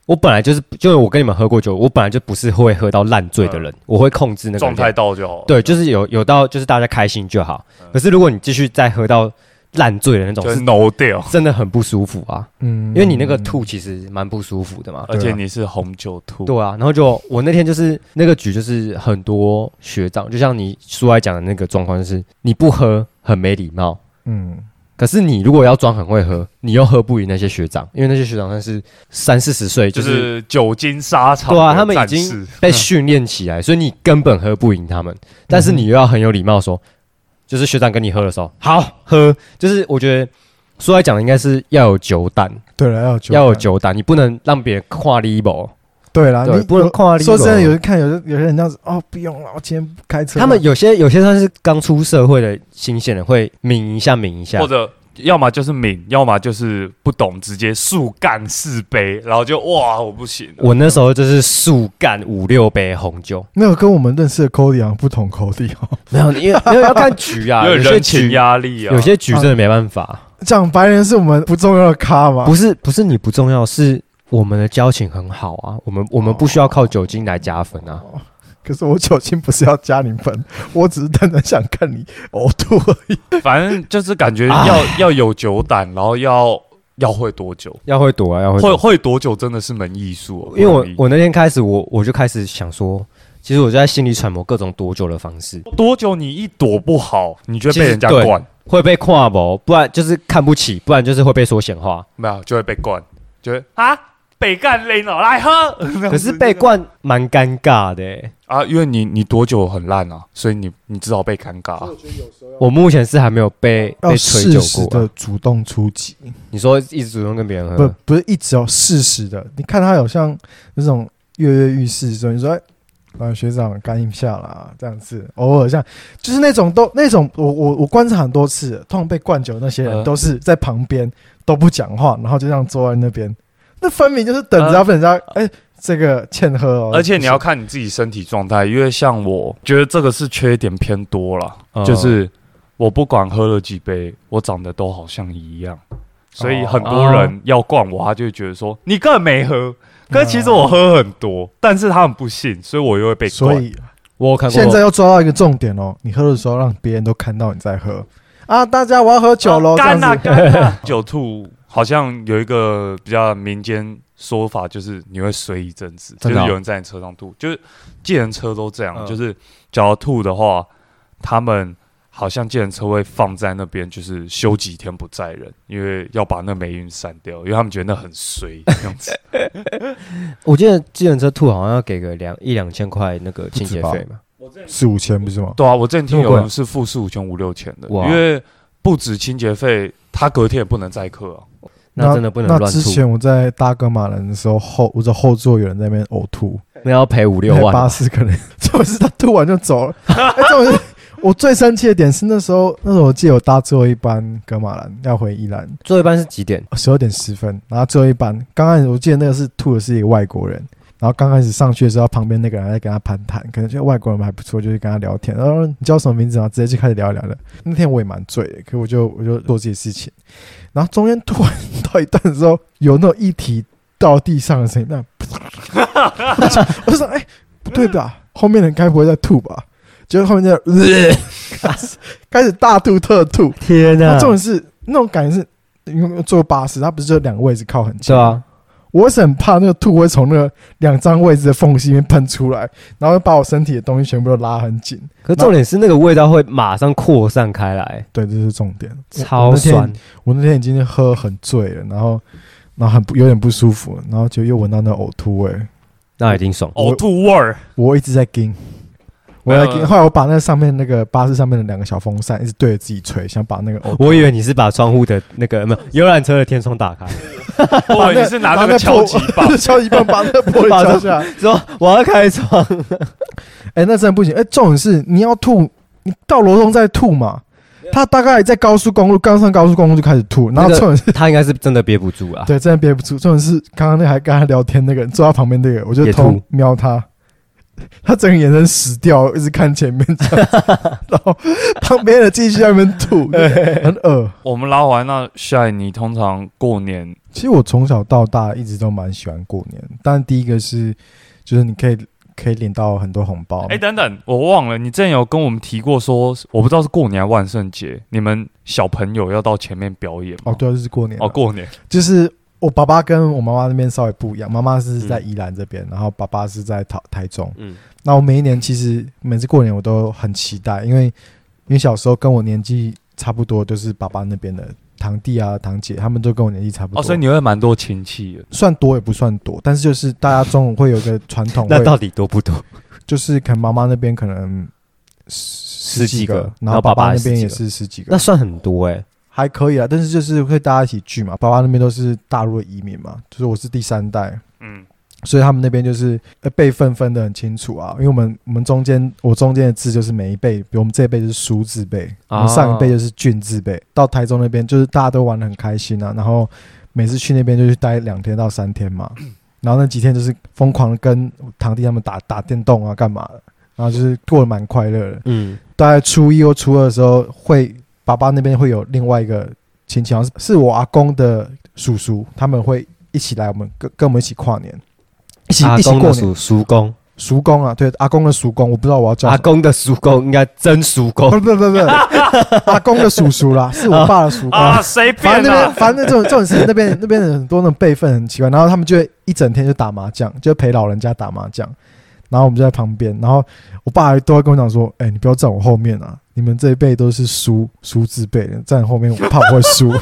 [SPEAKER 2] 我本来就是，就是我跟你们喝过酒，我本来就不是会喝到烂醉的人，我会控制那个
[SPEAKER 1] 嗯状
[SPEAKER 2] 量
[SPEAKER 1] 态到就好了。嗯
[SPEAKER 2] 对，就是有有到就是大家开心就好。可是如果你继续再喝到烂醉的那种，啊
[SPEAKER 1] 就是是 no deal，
[SPEAKER 2] 真的很不舒服啊，
[SPEAKER 3] 嗯
[SPEAKER 2] 因为你那个吐其实蛮不舒服的嘛。
[SPEAKER 1] 而且你是红酒呃吐。
[SPEAKER 2] 对啊，然后就我那天就是那个局，就是很多学长，就像你苏来讲的那个状况，就是你不喝很没礼貌，
[SPEAKER 3] 嗯，
[SPEAKER 2] 可是你如果要装很会喝，你又喝不赢那些学长，因为那些学长他是三四十岁，
[SPEAKER 1] 就
[SPEAKER 2] 就是
[SPEAKER 1] 是酒精沙场的
[SPEAKER 2] 对啊，他们已
[SPEAKER 1] 战士
[SPEAKER 2] 经被训练起来，所以你根本喝不赢他们。但是你又要很有礼貌说，就是学长跟你喝的时候，好喝。就是我觉得说来讲的应该是要有酒胆，
[SPEAKER 3] 对了，要有酒，
[SPEAKER 2] 要有，酒胆，你不能让别人跨 level，
[SPEAKER 3] 对了，
[SPEAKER 2] 对，
[SPEAKER 3] 你
[SPEAKER 2] 不能跨 level。
[SPEAKER 3] 说真的，有人看，有人有些人这样子，哦，不用了，我今天不开车了。
[SPEAKER 2] 他们有些有些算是刚出社会的新鲜人，会抿一下抿一下
[SPEAKER 1] 或，者要么就是抿，要么就是不懂，直接速干四杯，然后就哇，我不行了。
[SPEAKER 2] 我那时候就是速干五六杯红酒，
[SPEAKER 3] 那个跟我们认识的 Cody 好像不同 Cody 哦，
[SPEAKER 2] 没有，因为因为要看局啊，
[SPEAKER 1] 因为
[SPEAKER 2] 有些
[SPEAKER 1] 人情
[SPEAKER 2] 局
[SPEAKER 1] 压力啊，
[SPEAKER 2] 有些局真的没办法。
[SPEAKER 3] 讲白人是我们不重要的咖
[SPEAKER 1] 啊
[SPEAKER 3] 嘛，
[SPEAKER 2] 不是不是你不重要，是我们的交情很好啊，我们我们不需要靠酒精来加分啊。
[SPEAKER 3] 哦可是我酒精不是要加你分，我只是单纯想看你呕吐而已。
[SPEAKER 1] 反正就是感觉
[SPEAKER 2] 唉
[SPEAKER 1] 要要有酒胆，然后要要会多久，
[SPEAKER 2] 要会躲啊，要会
[SPEAKER 1] 会
[SPEAKER 2] 躲。
[SPEAKER 1] 会多久真的是门艺术哦。
[SPEAKER 2] 因为我
[SPEAKER 1] 不容易
[SPEAKER 2] 我那天开始，我我就开始想说，其实我就在心里揣摩各种躲酒的方式，
[SPEAKER 1] 多久你一躲不好，你就会被人家
[SPEAKER 2] 其实对
[SPEAKER 1] 灌，
[SPEAKER 2] 会被跨不，不然就是看不起，不然就是会被说闲话。
[SPEAKER 1] 没有就会被灌，就会啊北干领了来喝。
[SPEAKER 2] 可是被灌蛮尴尬的欸、
[SPEAKER 1] 啊，因为你你多久很烂啊，所以你你至少被尴尬啊、
[SPEAKER 2] 我目前是还没有被
[SPEAKER 3] 要
[SPEAKER 2] 被吹
[SPEAKER 3] 适
[SPEAKER 2] 酒
[SPEAKER 3] 时
[SPEAKER 2] 过啊、
[SPEAKER 3] 哦的主动出击，
[SPEAKER 2] 你说一直主动跟别人
[SPEAKER 1] 呃
[SPEAKER 3] 不
[SPEAKER 2] 喝，
[SPEAKER 3] 不是一直哦，适时的。你看他有像那种跃跃欲试之后，你说哎，啊学长干一下啦，这样子，偶尔像就是那种都那种，我我我观察很多次了，通常被灌酒的那些人
[SPEAKER 1] 嗯
[SPEAKER 3] 都是在旁边都不讲话，然后就这样坐在那边，那分明就是等着要被人家哎、这个欠喝哦，
[SPEAKER 1] 呃而且你要
[SPEAKER 3] 不
[SPEAKER 1] 看你自己身体状态，因为像我觉得这个是缺点偏多了，
[SPEAKER 2] 嗯
[SPEAKER 1] 就是我不管喝了几杯，我长得都好像一样，所以
[SPEAKER 3] 哦
[SPEAKER 1] 很多人要灌我，他就会觉得说你根本没喝，可是其实我喝很多，但是他们不信，所以我又会被
[SPEAKER 3] 行所
[SPEAKER 1] 灌。
[SPEAKER 3] 以
[SPEAKER 2] 我有看过。
[SPEAKER 3] 现在要抓到一个重点哦，你喝的时候让别人都看到你在喝啊，大家我要喝酒
[SPEAKER 1] 啊
[SPEAKER 3] 喽，这样
[SPEAKER 1] 干
[SPEAKER 3] 子
[SPEAKER 1] 呐干呐，酒吐好像有一个比较民间说法，就是你会睡一阵子，就
[SPEAKER 2] 真
[SPEAKER 1] 是
[SPEAKER 2] 的哦
[SPEAKER 1] 有人在你车上吐，就是计程车都这样，
[SPEAKER 2] 嗯
[SPEAKER 1] 就是只要吐的话，他们好像计程车会放在那边，就是休几天不载人，因为要把那霉运散掉，因为他们觉得那很衰这样子。
[SPEAKER 2] 我记得计程车吐好像要给个两一两千块那个清洁
[SPEAKER 3] 不止吧
[SPEAKER 2] 费嘛，
[SPEAKER 3] 四五千不是吗？
[SPEAKER 1] 对啊，我之前听
[SPEAKER 3] 这么贵
[SPEAKER 1] 有人是付四五千五六千的，
[SPEAKER 2] 哇
[SPEAKER 1] 因为不止清洁费，他隔天也不能载客啊。
[SPEAKER 2] 那真的不能
[SPEAKER 3] 那
[SPEAKER 2] 乱
[SPEAKER 3] 之
[SPEAKER 2] 吐。
[SPEAKER 3] 前我在搭格马兰的时候，后我的后座有人在那边呕吐，
[SPEAKER 2] 那要赔五六万
[SPEAKER 3] 巴
[SPEAKER 2] 吧。
[SPEAKER 3] 士 可能就是他吐完就走了。 哎，这种是我最生气的点是那时候，那时候我记得我搭最后一班格马兰要回宜兰，
[SPEAKER 2] 最后一班是几点？
[SPEAKER 3] 十二点十分，然后最后一班，刚开始我记得那个是吐的是一个外国人。然后刚开始上去的时候，旁边那个人还在跟他攀谈，可能觉得外国人还不错，就是跟他聊天。然后你叫什么名字啊？然后直接就开始聊一聊了。那天我也蛮醉的，可我就我就做自己的事情。然后中间突然到一段的时候，有那种一体到地上的声音，那 我就我就说：“哎、不对吧？后面的人该不会在吐吧？”结果后面就、 呃、开始开始大吐特吐。
[SPEAKER 2] 天
[SPEAKER 3] 那重点是那种感觉是，因为坐巴士，它不是就两个位置靠很近？
[SPEAKER 2] 对啊，
[SPEAKER 3] 我是很怕那个吐会从那个两张位置的缝隙里面喷出来，然后把我身体的东西全部都拉很紧。
[SPEAKER 2] 可重点是那个味道会马上扩散开来，
[SPEAKER 3] 对，这是重点。我
[SPEAKER 2] 超酸。。
[SPEAKER 3] 我那天我那天已经喝很醉了，然后然后很不有点不舒服，然后就又闻到那呕吐味。
[SPEAKER 1] 哦
[SPEAKER 2] 那一定爽。
[SPEAKER 1] 呕吐味儿，
[SPEAKER 3] 我一直在盯，我要
[SPEAKER 1] 没有
[SPEAKER 3] 给后来我把那上面那个巴士上面的两个小风扇一直对着自己吹，想把那个欧
[SPEAKER 2] 我以为你是把窗户的那个没有游览车的天窗打开，
[SPEAKER 1] 我以哦为你是拿那个敲击棒，
[SPEAKER 3] 敲一棒把那个玻璃敲下来。
[SPEAKER 2] 说我要开 窗，
[SPEAKER 3] 哎、那真的不行。哎、重点是你要吐，你到罗东再吐嘛。他大概在高速公路刚上高速公路就开始吐，然后
[SPEAKER 2] 那个
[SPEAKER 3] 重点是，
[SPEAKER 2] 他应该是真的憋不住啊。
[SPEAKER 3] 对，真的憋不住。重点是刚刚那还跟他聊天那个人坐他旁边那个，我就
[SPEAKER 2] 也吐
[SPEAKER 3] 偷瞄他，他整个眼神死掉，一直看前面这样子， 然后旁边的继续在那边吐，很恶。
[SPEAKER 1] 我们拉完那下你通常过年
[SPEAKER 3] 其实我从小到大一直都蛮喜欢过年，但第一个是就是你可以可以领到很多红包，
[SPEAKER 1] 哎、等等，我忘了，你之前有跟我们提过说，我不知道是过年还是万圣节，你们小朋友要到前面表演吗
[SPEAKER 3] 哦，对啊，就是过年啊，
[SPEAKER 1] 哦，过年，
[SPEAKER 3] 就是我爸爸跟我妈妈那边稍微不一样，妈妈是在宜兰这边，然后爸爸是在台台中。
[SPEAKER 2] 嗯，，
[SPEAKER 3] 那我每一年其实每次过年我都很期待，因为因为小时候跟我年纪差不多，就是爸爸那边的堂弟啊堂姐，他们都跟我年纪差不
[SPEAKER 1] 哦，
[SPEAKER 3] 多。
[SPEAKER 1] 所以你会蛮多亲戚的，
[SPEAKER 3] 算多也不算多，但是就是大家中午会有个传统
[SPEAKER 2] 那
[SPEAKER 3] 会
[SPEAKER 2] 到底多不多？
[SPEAKER 3] 就是可能妈妈那边可能十
[SPEAKER 2] 十几个
[SPEAKER 3] 然
[SPEAKER 2] 然
[SPEAKER 3] 后
[SPEAKER 2] 后
[SPEAKER 3] 爸
[SPEAKER 2] 爸
[SPEAKER 3] 爸
[SPEAKER 2] 爸
[SPEAKER 3] 那边也
[SPEAKER 2] 也
[SPEAKER 3] 是十几个
[SPEAKER 2] 那，算很多哎、
[SPEAKER 3] 还可以啊。但是就是会大家一起聚嘛，爸爸那边都是大陆的移民嘛，就是我是第三代，
[SPEAKER 1] 嗯，
[SPEAKER 3] 所以他们那边就是呃辈分分得很清楚啊，因为我们我们中间我中间的字就是每一辈，比如我们这一辈就是叔字辈，我
[SPEAKER 1] 啊
[SPEAKER 3] 们上一辈就是俊字辈。到台中那边就是大家都玩得很开心啊，然后每次去那边就去待两天到三天嘛，然后那几天就是疯狂地跟堂弟他们打打电动啊，干嘛的，然后就是过得蛮快乐的。
[SPEAKER 2] 嗯，
[SPEAKER 3] 大概初一或初二的时候会爸爸那边会有另外一个亲戚，好像是是我阿公的叔叔，他们会一起来我们跟跟我们一起跨年，一起
[SPEAKER 2] 阿
[SPEAKER 3] 一起
[SPEAKER 2] 公
[SPEAKER 3] 过
[SPEAKER 2] 的叔
[SPEAKER 3] 年。
[SPEAKER 2] 叔公，
[SPEAKER 3] 叔公啊，对，阿公的叔公，我不知道我要叫
[SPEAKER 2] 阿
[SPEAKER 3] 什么。
[SPEAKER 2] 公的叔公应该真叔公
[SPEAKER 3] 不，不不不，不阿公的叔叔啦，是我爸的叔公。
[SPEAKER 1] 啊，随
[SPEAKER 3] 反
[SPEAKER 1] 便
[SPEAKER 3] 正那边，
[SPEAKER 1] 啦，
[SPEAKER 3] 反正这种这种事情，那边那边的很多那种辈分很奇怪，然后他们就会一整天就打麻将，就陪老人家打麻将，然后我们就在旁边，然后我爸还都会跟我讲说：“哎、你不要站我后面啊，你们这一辈都是输输字辈的，站后面我怕我会输。”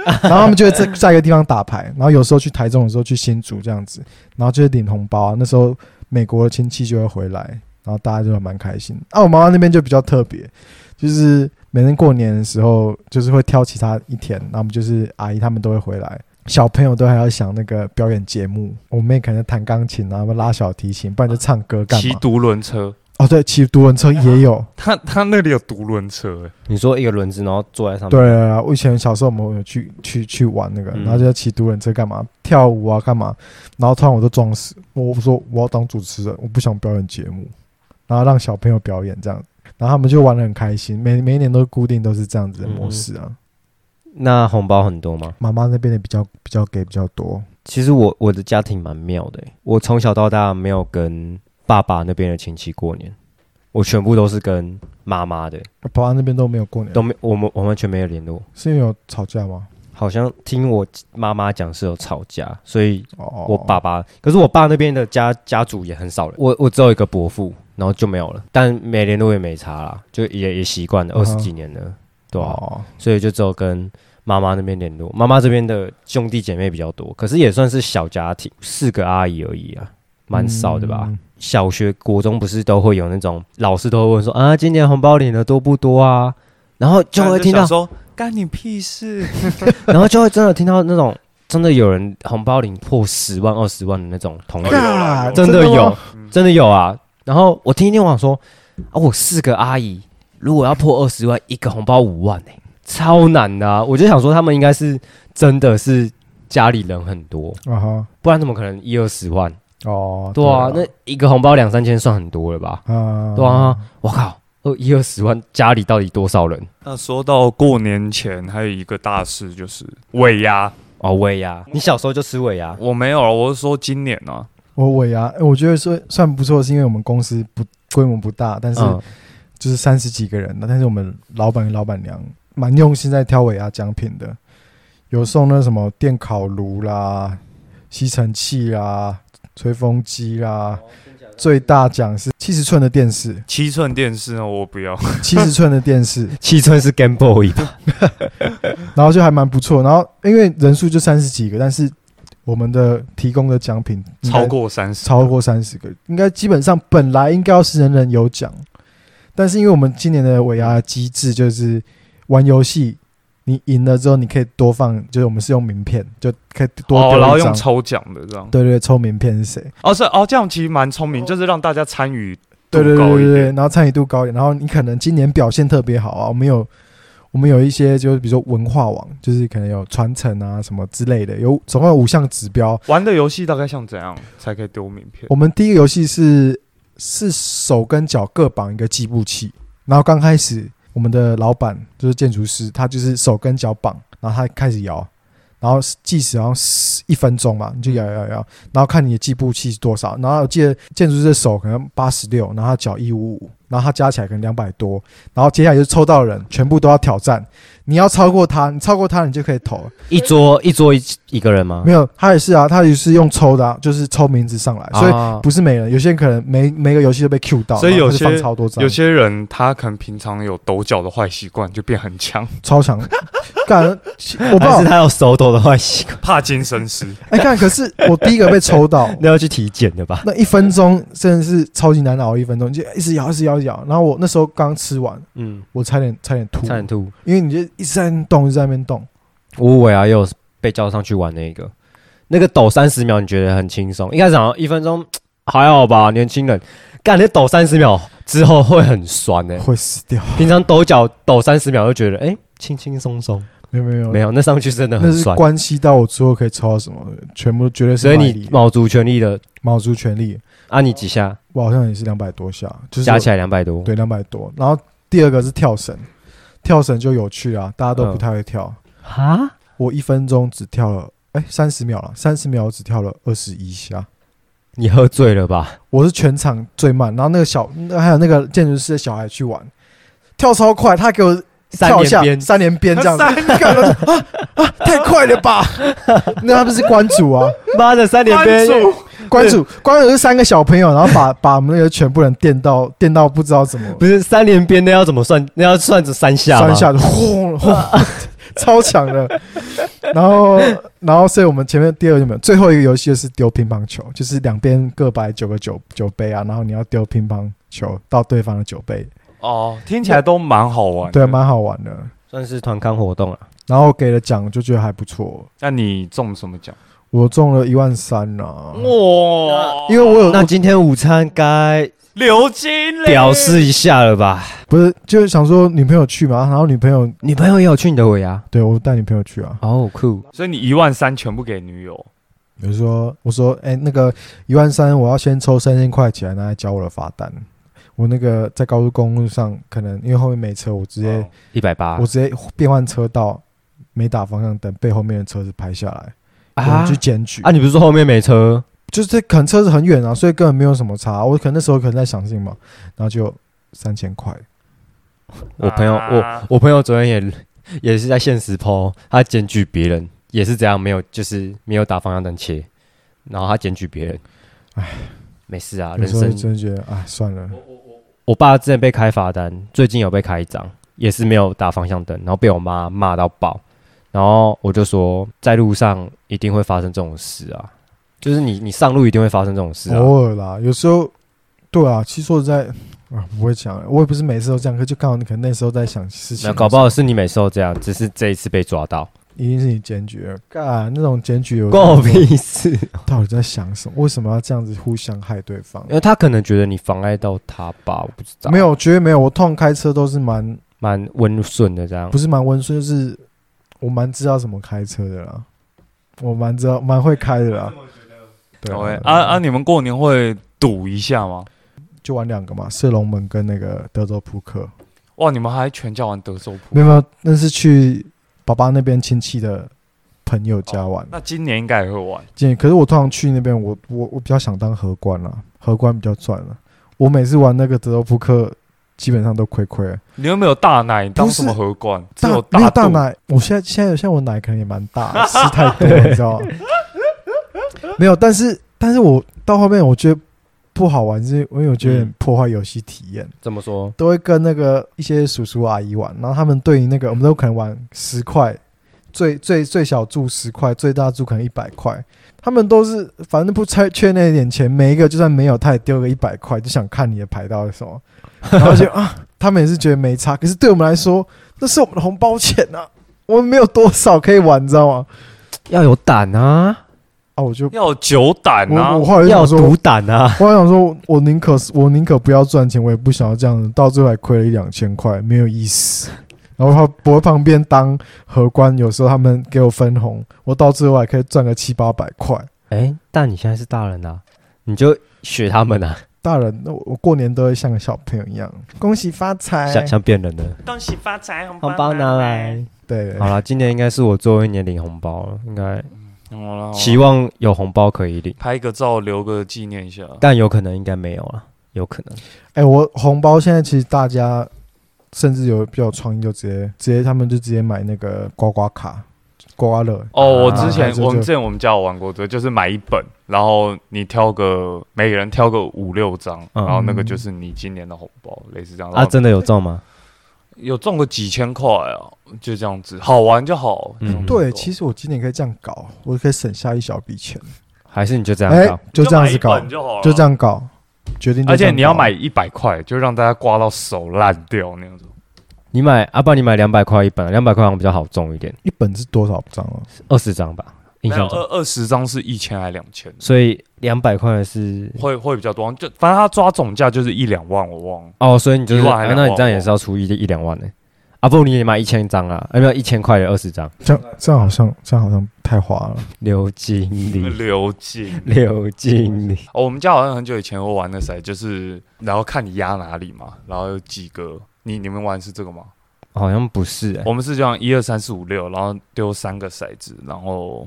[SPEAKER 3] 然后他们就会在在一个地方打牌，然后有时候去台中，有时候去新竹这样子，然后就会领红包啊。那时候美国的亲戚就会回来，然后大家就还蛮开心。啊，我妈妈那边就比较特别，就是每年过年的时候，就是会挑其他一天，那我们就是阿姨他们都会回来，小朋友都还要想那个表演节目，我妹可能弹钢琴啊，不然拉小提琴，不然就唱歌干
[SPEAKER 1] 骑
[SPEAKER 3] 嘛？
[SPEAKER 1] 独轮车，
[SPEAKER 3] 哦，对，骑独轮车也有。
[SPEAKER 1] 他他那里有独轮车、欸，
[SPEAKER 2] 你说一个轮子，然后坐在上面，
[SPEAKER 3] 对啊，我以前小时候我们有去去去玩那个，
[SPEAKER 2] 嗯
[SPEAKER 3] 然后就要骑独轮车干嘛，跳舞啊干嘛，然后突然我都装死，我我说我要当主持人，我不想表演节目，然后让小朋友表演这样，然后他们就玩的很开心，每每一年都固定都是这样子的模式啊。
[SPEAKER 2] 那红包很多吗？
[SPEAKER 3] 妈妈那边的比较比较给比较多，
[SPEAKER 2] 其实我我的家庭蛮妙的欸、我从小到大没有跟爸爸那边的亲戚过年，我全部都是跟妈妈的，
[SPEAKER 3] 爸爸那边都没有过年
[SPEAKER 2] 都，没我们我完全没有联络。
[SPEAKER 3] 是因为有吵架吗？
[SPEAKER 2] 好像听我妈妈讲是有吵架，所以
[SPEAKER 3] 哦，
[SPEAKER 2] 我爸爸，可是我爸那边的家家族也很少人，我我只有一个伯父，然后就没有了，但没联络也没差啦，就也也习惯了，
[SPEAKER 3] 嗯
[SPEAKER 2] 二
[SPEAKER 3] 哼
[SPEAKER 2] 十几年了，对啊，
[SPEAKER 3] 哦，
[SPEAKER 2] 所以就只有跟妈妈那边联络，妈妈这边的兄弟姐妹比较多，可是也算是小家庭，四个阿姨而已啊，蛮少的吧。
[SPEAKER 3] 嗯？
[SPEAKER 2] 小学、国中不是都会有那种老师都会问说啊，今年红包领的多不多啊？然后就会听到
[SPEAKER 1] 想，说干你屁 事，
[SPEAKER 2] 然后就会真的听到那种真的有人红包领破十万、二十万的那种同学
[SPEAKER 1] 有，啦有
[SPEAKER 3] 尬
[SPEAKER 1] 啦
[SPEAKER 2] 真的有
[SPEAKER 3] 吗，
[SPEAKER 1] 嗯
[SPEAKER 2] 真的有啊。然后我听一听我想说啊，我四个阿姨如果要破二十万，一个红包五万哎、超难的、啊。我就想说他们应该是真的是家里人很多，
[SPEAKER 3] 啊哈，
[SPEAKER 2] 不然怎么可能一二十万？
[SPEAKER 3] 哦，
[SPEAKER 2] 对啊，那一个红包两三千算很多了吧？
[SPEAKER 3] 那啊，
[SPEAKER 2] 对啊，我靠，二一二十万，家里到底多少人？
[SPEAKER 1] 那说到过年前，还有一个大事就是尾牙，
[SPEAKER 2] 哦，尾牙，你小时候就吃尾牙，
[SPEAKER 1] 我没有啊，我是说今年啊，
[SPEAKER 3] 我尾牙，呃我觉得算算不错，是因为我们公司不规模不大，但是
[SPEAKER 2] 嗯，
[SPEAKER 3] 就是三十几个人但是我们老板跟老板娘蛮用心在挑尾牙奖品的，有送那什么电烤炉啦、吸尘器啦、吹风机啦。最大奖是七十寸的电视，
[SPEAKER 1] 七寸电视呢我不要，
[SPEAKER 3] 七十寸的电视，
[SPEAKER 2] 七寸是 Game Boy 吧？
[SPEAKER 3] 然后就还蛮不错。然后因为人数就三十几个，但是我们的提供的奖品应该
[SPEAKER 1] 超过三十，
[SPEAKER 3] 超过三十个，应该基本上本来应该要是人人有奖，但是因为我们今年的尾牙机制就是玩游戏，你赢了之后你可以多放，就是我们是用名片，就可以多
[SPEAKER 1] 哦，
[SPEAKER 3] 丢
[SPEAKER 1] 然后
[SPEAKER 3] 一
[SPEAKER 1] 用
[SPEAKER 3] 张。
[SPEAKER 1] 抽奖的这样。
[SPEAKER 3] 对对，对抽名片是谁？
[SPEAKER 1] 哦，是哦，这样其实蛮聪明，就是让大家参与度
[SPEAKER 3] 对对对
[SPEAKER 1] 高
[SPEAKER 3] 对
[SPEAKER 1] 一
[SPEAKER 3] 对，
[SPEAKER 1] 点。
[SPEAKER 3] 然后参与度高一点，然后你可能今年表现特别好啊，我们有我们有一些就是比如说文化网，就是可能有传承啊什么之类的，有总共有五项指标，
[SPEAKER 1] 玩的游戏大概像怎样才可以丢名片？
[SPEAKER 3] 我们第一个游戏是是手跟脚各绑一个计步器，然后刚开始我们的老板就是建筑师，他就是手跟脚绑，然后他开始摇，然后计时好像十一分钟嘛，你就摇摇摇，然后看你的计步器是多少，然后我记得建筑师的手可能八十六，然后他脚一五五，然后他加起来可能两百多，然后接下来就是抽到的人全部都要挑战，你要超过他，你超过他你就可以投，
[SPEAKER 2] 一桌一桌一一个人吗？
[SPEAKER 3] 没有他也是啊，他也是用抽的、啊，就是抽名字上来，所以
[SPEAKER 2] 啊
[SPEAKER 3] 不是每人，有些人可能每每个游戏都被 Q 到，
[SPEAKER 1] 所以
[SPEAKER 3] 然后
[SPEAKER 1] 有
[SPEAKER 3] 他就
[SPEAKER 1] 些
[SPEAKER 3] 放超多张，
[SPEAKER 1] 有些人他可能平常有抖脚的坏习惯，就变很 强，
[SPEAKER 3] 超强。干，
[SPEAKER 2] 还
[SPEAKER 3] 我不知道
[SPEAKER 2] 是，他有手抖的坏习惯，，
[SPEAKER 1] 帕金森 氏。
[SPEAKER 3] 哎干，可是我第一个被抽到
[SPEAKER 2] 那要去体检的吧？
[SPEAKER 3] 那一分钟真的是超级难熬，一分钟就一直咬，一直咬，一直咬。然后我那时候刚吃完，
[SPEAKER 2] 嗯，
[SPEAKER 3] 我差点差点吐，
[SPEAKER 2] 差点吐。
[SPEAKER 3] 因为你就一直在那边动，一直在那边动。
[SPEAKER 2] 我尾啊也有被叫上去玩那个，那个抖三十秒，你觉得很轻松？一开始好像一分钟还好吧，年轻人，感觉抖三十秒之后会很酸哎、
[SPEAKER 3] 会死掉，
[SPEAKER 2] 平常抖脚抖三十秒就觉得哎轻轻松松，
[SPEAKER 3] 没有没有
[SPEAKER 2] 没，有那上去真的
[SPEAKER 3] 嗯那
[SPEAKER 2] 很
[SPEAKER 3] 是
[SPEAKER 2] 酸。
[SPEAKER 3] 关系到我之后可以抽到什么，全部绝对是
[SPEAKER 2] 所以
[SPEAKER 3] 卖
[SPEAKER 2] 你
[SPEAKER 3] 力，
[SPEAKER 2] 卯足全力的
[SPEAKER 3] 卯足全力。
[SPEAKER 2] 按你几下，
[SPEAKER 3] 我好像也是两百多下，就是
[SPEAKER 2] 加起来两百多。
[SPEAKER 3] 对，两百多。然后第二个是跳绳，跳绳就有趣啊，大家都不
[SPEAKER 2] 嗯
[SPEAKER 3] 太会跳。
[SPEAKER 2] 哈，
[SPEAKER 3] 我一分钟只跳了，哎、3三十秒了，三十秒我只跳了二十一下，
[SPEAKER 2] 你喝醉了吧？
[SPEAKER 3] 我是全场最慢。然后那个小，那还有那个建筑师的小孩去玩，跳超快，他给我
[SPEAKER 2] 三
[SPEAKER 3] 跳一
[SPEAKER 2] 连
[SPEAKER 3] 下
[SPEAKER 2] 鞭，
[SPEAKER 3] 三连鞭 这样子，干我就啊啊，太快了吧！那他不是关 主啊，
[SPEAKER 2] 妈的三连鞭，
[SPEAKER 3] 关主关主是三个小朋友，然后把把我们那个全部人电到电到不知道怎么
[SPEAKER 2] 不是三连鞭，那要怎么算？那要算这三下吗？
[SPEAKER 3] 三下就轰轰， 超强的。然后，然后，所以我们前面第二个没有，最后一个游戏就是丢乒乓球，就是两边各摆九个酒酒杯啊，然后你要丢乒乓球到对方的酒杯，
[SPEAKER 1] 哦，听起来都蛮好玩。
[SPEAKER 3] 对，？啊蛮好玩的。
[SPEAKER 2] 算是团康活动啊。
[SPEAKER 3] 然后给了奖，就觉得还不错。
[SPEAKER 1] 那你中什么奖？
[SPEAKER 3] 我中了一万三啊，
[SPEAKER 1] 嗯哦哇
[SPEAKER 3] 因为我有
[SPEAKER 2] 那今天午餐该
[SPEAKER 1] 刘金
[SPEAKER 2] 表示一下了吧？
[SPEAKER 3] 不是就是想说女朋友去嘛，然后女朋友
[SPEAKER 2] 女朋友也有去你的尾牙？
[SPEAKER 3] 对我带女朋友去啊，
[SPEAKER 2] 哦，酷！
[SPEAKER 1] 所以你一万三全部给女友，
[SPEAKER 3] 比如说我说哎、那个一万三我要先抽三千块起来拿来交我的罚单。我那个在高速公路上，可能因为后面没车，我直接
[SPEAKER 1] 哦
[SPEAKER 2] 一百八
[SPEAKER 3] 我直接变换车道，没打方向灯，被后面的车子拍下来，我们
[SPEAKER 2] 啊
[SPEAKER 3] 去检举。
[SPEAKER 2] 啊！你不是说后面没车？
[SPEAKER 3] 就是这可能车子很远啊，所以根本没有什么差。我可能那时候可能在想什么，然后就三千块，
[SPEAKER 2] 我朋友，我
[SPEAKER 1] 啊
[SPEAKER 2] 我朋友昨天也也是在现实 PO，他检举别人也是这样，没有就是没有打方向灯切，然后他检举别人，唉，没事啊，
[SPEAKER 3] 有
[SPEAKER 2] 人
[SPEAKER 3] 时候
[SPEAKER 2] 生。
[SPEAKER 3] 真的觉得哎算了，
[SPEAKER 2] 我爸之前被开罚单，最近有被开一张，也是没有打方向灯，然后被我妈骂到爆。然后我就说，在路上一定会发生这种事啊，就是你你上路一定会发生这种事啊。
[SPEAKER 3] 偶尔啦，有时候对啊，其实说实在啊，不会讲，我也不是每次都这样，可就刚好你可能那时候在想事情的时
[SPEAKER 2] 那
[SPEAKER 3] 候，
[SPEAKER 2] 搞不好是你每次都这样，只是这一次被抓到，
[SPEAKER 3] 一定是你检举了，干那种检举有
[SPEAKER 2] 关我屁事。
[SPEAKER 3] 到底在想什么？为什么要这样子互相害对方
[SPEAKER 1] 哎
[SPEAKER 2] 因？为他可能觉得你妨碍到他吧，我不知道。
[SPEAKER 3] 没，有，绝对没有，我通常开车都是蛮
[SPEAKER 2] 蛮温顺的这样
[SPEAKER 3] 不。是蛮温顺，就是我蛮知道怎么开车的啦，我蛮知道蛮会开的啦。对
[SPEAKER 1] ，OK，
[SPEAKER 3] 啊，
[SPEAKER 1] 啊啊，你们过年会赌一下吗？
[SPEAKER 3] 就玩两个嘛，射龙门跟那个德州扑克。
[SPEAKER 1] 哇，你们还全家玩德州扑
[SPEAKER 3] 没有没有，那是去爸爸那边亲戚的朋友家玩。
[SPEAKER 1] 那今年应该也会玩。
[SPEAKER 3] 今可是我通常去那边，我我我比较想当荷官啦，荷官比较赚了。我每次玩那个德州扑克，基本上都亏亏了。
[SPEAKER 1] 你又没有大奶，你当什么
[SPEAKER 3] 不
[SPEAKER 1] 荷官？只
[SPEAKER 3] 大
[SPEAKER 1] 有
[SPEAKER 3] 没有
[SPEAKER 1] 肚
[SPEAKER 3] 大。奶，我现在现在现在我奶可能也蛮大的，吃太多 了，你知道吗？没有，但是但是我到后面我觉得不好玩，是因为我觉得有
[SPEAKER 1] 嗯
[SPEAKER 3] 点破坏游戏体验，
[SPEAKER 2] 怎么说？
[SPEAKER 3] 都会跟那个一些叔叔阿姨玩，然后他们对于那个我们都可能玩十块。最最最小注十块，最大注可能一百块。他们都是反正不缺缺那一点钱，每一个就算没有，他也丢个一百块，就想看你的牌到底是什么。然后就啊，他们也是觉得没差，可是对我们来说，那是我们的红包钱啊，我们没有多少可以玩，你知道吗？
[SPEAKER 2] 要有胆啊，
[SPEAKER 3] 啊，我就
[SPEAKER 1] 要有酒胆啊
[SPEAKER 3] 我我！后来就
[SPEAKER 2] 要
[SPEAKER 3] 想
[SPEAKER 2] 有
[SPEAKER 3] 说，
[SPEAKER 2] 毒胆啊，
[SPEAKER 3] 我还想说，我宁可我宁可不要赚钱，我也不想要这样子，到最后还亏了一两千块，没有意思。然后他我旁边当荷官，有时候他们给我分红，我到最后还可以赚个七八百块。
[SPEAKER 2] 哎、但你现在是大人啊，你就学他们啊，
[SPEAKER 3] 大人，那我我过年都会像个小朋友一样，恭喜发财。
[SPEAKER 2] 像像变人的，
[SPEAKER 4] 恭喜发财，红
[SPEAKER 2] 哎红包拿来。。嗯
[SPEAKER 3] 对，
[SPEAKER 2] 好了，今年应该是我最后一年领红包了，应该
[SPEAKER 1] 好啦好啦
[SPEAKER 2] 期望有红包可以领，
[SPEAKER 1] 拍个照留个纪念一下。
[SPEAKER 2] 但有可能应该没有了，有可能。
[SPEAKER 3] 哎、我红包现在其实大家甚至有比较有创意，就直接直接他们就直接买那个刮刮卡、刮刮乐。
[SPEAKER 1] 哦，我
[SPEAKER 2] 啊
[SPEAKER 1] 之前
[SPEAKER 3] 这就
[SPEAKER 1] 我们之前我们家有玩过这个，就是买一本，然后你挑个每个人挑个五六张，
[SPEAKER 2] 嗯
[SPEAKER 1] 然后那个就是你今年的红包，类似这样。
[SPEAKER 2] 啊，真的有中吗？
[SPEAKER 1] 有中个几千块啊，就这样子，好玩就好。
[SPEAKER 2] 嗯
[SPEAKER 3] 对，其
[SPEAKER 1] 实
[SPEAKER 3] 实我今年可以这样搞，我可以省下一小笔钱。
[SPEAKER 2] 还是你就这
[SPEAKER 3] 哎、
[SPEAKER 2] 样搞？
[SPEAKER 3] 就这样子搞，
[SPEAKER 1] 就
[SPEAKER 2] 哦
[SPEAKER 1] 好了
[SPEAKER 3] 就这。样搞，决定。
[SPEAKER 1] 而且你要买，一百块，就让大家刮到手烂掉那样子。
[SPEAKER 2] 你买，阿、啊、爸你买两百块一本，两百块好像比较好中一点，
[SPEAKER 3] 一本是多少张啊？
[SPEAKER 2] 二十张吧，印
[SPEAKER 1] 没有
[SPEAKER 2] 象中。
[SPEAKER 1] 二二十张是一千还两千，
[SPEAKER 2] 所以两百块的是
[SPEAKER 1] 会会比较多。就反正他抓总价就是一两万，我忘了。
[SPEAKER 2] 哦，所以你就是、
[SPEAKER 1] 一万还
[SPEAKER 2] 啊
[SPEAKER 1] 两
[SPEAKER 2] 那
[SPEAKER 1] 万
[SPEAKER 2] 你这样也是要出一一两万呢、啊，不，你也买一千张啦，啊，没有一千块的二十张。
[SPEAKER 3] 这样这样好像这样好像太花了。
[SPEAKER 2] 刘 经理，
[SPEAKER 1] 刘静，
[SPEAKER 2] 刘经 理，
[SPEAKER 1] 哦，我们家好像很久以前会玩的骰，就是然后看你压哪里嘛，然后有几个，你你们玩是这个吗？
[SPEAKER 2] 好像不是哎、
[SPEAKER 1] 我们是这样，一二三四五六，然后丢三个骰子，然后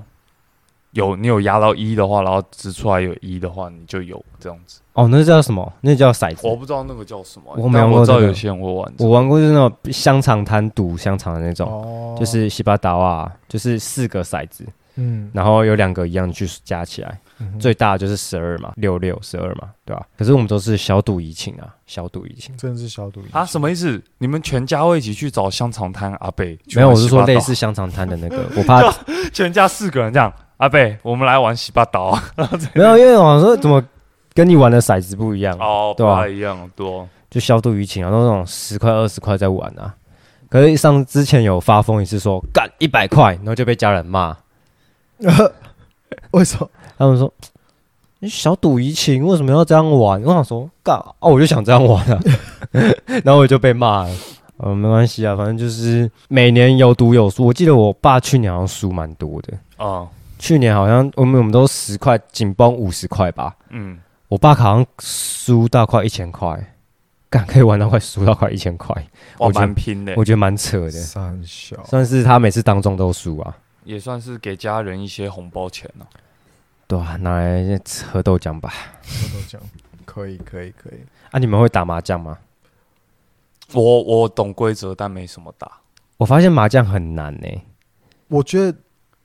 [SPEAKER 1] 有你有压到一的话，然后掷出来有一的话，你就有这样子。
[SPEAKER 2] 哦，那叫什么？那叫骰子。
[SPEAKER 1] 我
[SPEAKER 2] 我
[SPEAKER 1] 不知道那个叫什么，
[SPEAKER 2] 我没
[SPEAKER 1] 但
[SPEAKER 2] 玩过
[SPEAKER 1] 我知道
[SPEAKER 2] 这个
[SPEAKER 1] 有些人会玩这个。
[SPEAKER 2] 玩过就是那种香肠摊赌香肠的那种，
[SPEAKER 3] 哦
[SPEAKER 2] 就是西巴达啊，就是四个骰子，
[SPEAKER 3] 嗯，
[SPEAKER 2] 然后有两个一样你去加起来，
[SPEAKER 3] 嗯
[SPEAKER 2] 最大的就是十二嘛，六六十二嘛，对吧、可是我们都是小赌怡情啊，小赌怡情。
[SPEAKER 3] 真的是消毒
[SPEAKER 1] 啊，什么意思？你们全家会一起去找香肠摊阿贝？去
[SPEAKER 2] 没有，
[SPEAKER 1] 玩
[SPEAKER 2] 我是
[SPEAKER 1] 洗八
[SPEAKER 2] 说类
[SPEAKER 1] 刀
[SPEAKER 2] 似香肠摊的那个，我怕
[SPEAKER 1] 全家四个人这样。阿贝，我们来玩洗八 刀。
[SPEAKER 2] 没有，因为我说怎么跟你玩的骰子不一样，
[SPEAKER 1] 哦，
[SPEAKER 2] 对啊
[SPEAKER 1] 不太一样多。
[SPEAKER 2] 就消毒疫情啊，然后那种十块二十块在玩啊。可是上之前有发疯一次说干一百块，然后就被家人骂，
[SPEAKER 3] 为什么？
[SPEAKER 2] 他们说你小赌怡情为什么要这样玩？我想说干哦、我就想这样玩啊， 然后我就被骂了。呃，没关系啊，反正就是每年有赌有输。我记得我爸去年好像输蛮多的，
[SPEAKER 1] 啊，
[SPEAKER 2] 去年好像我们我们都十块紧绷五十块吧，
[SPEAKER 1] 嗯，
[SPEAKER 2] 我爸好像输到快一千块，干可以玩到快输到快一千块，
[SPEAKER 1] 我
[SPEAKER 2] 我觉得
[SPEAKER 1] 蛮拼的，
[SPEAKER 2] 我觉得蛮扯的。
[SPEAKER 3] 三小
[SPEAKER 2] 算是他每次当中都输啊，
[SPEAKER 1] 也算是给家人一些红包钱了、
[SPEAKER 2] 对啊，拿来喝豆浆吧。
[SPEAKER 3] 我都讲，可以可以可以。
[SPEAKER 2] 啊，你们会打麻将吗？
[SPEAKER 1] 我我懂规则，但没什么打。
[SPEAKER 2] 我发现麻将很难欸呢、
[SPEAKER 3] 我觉得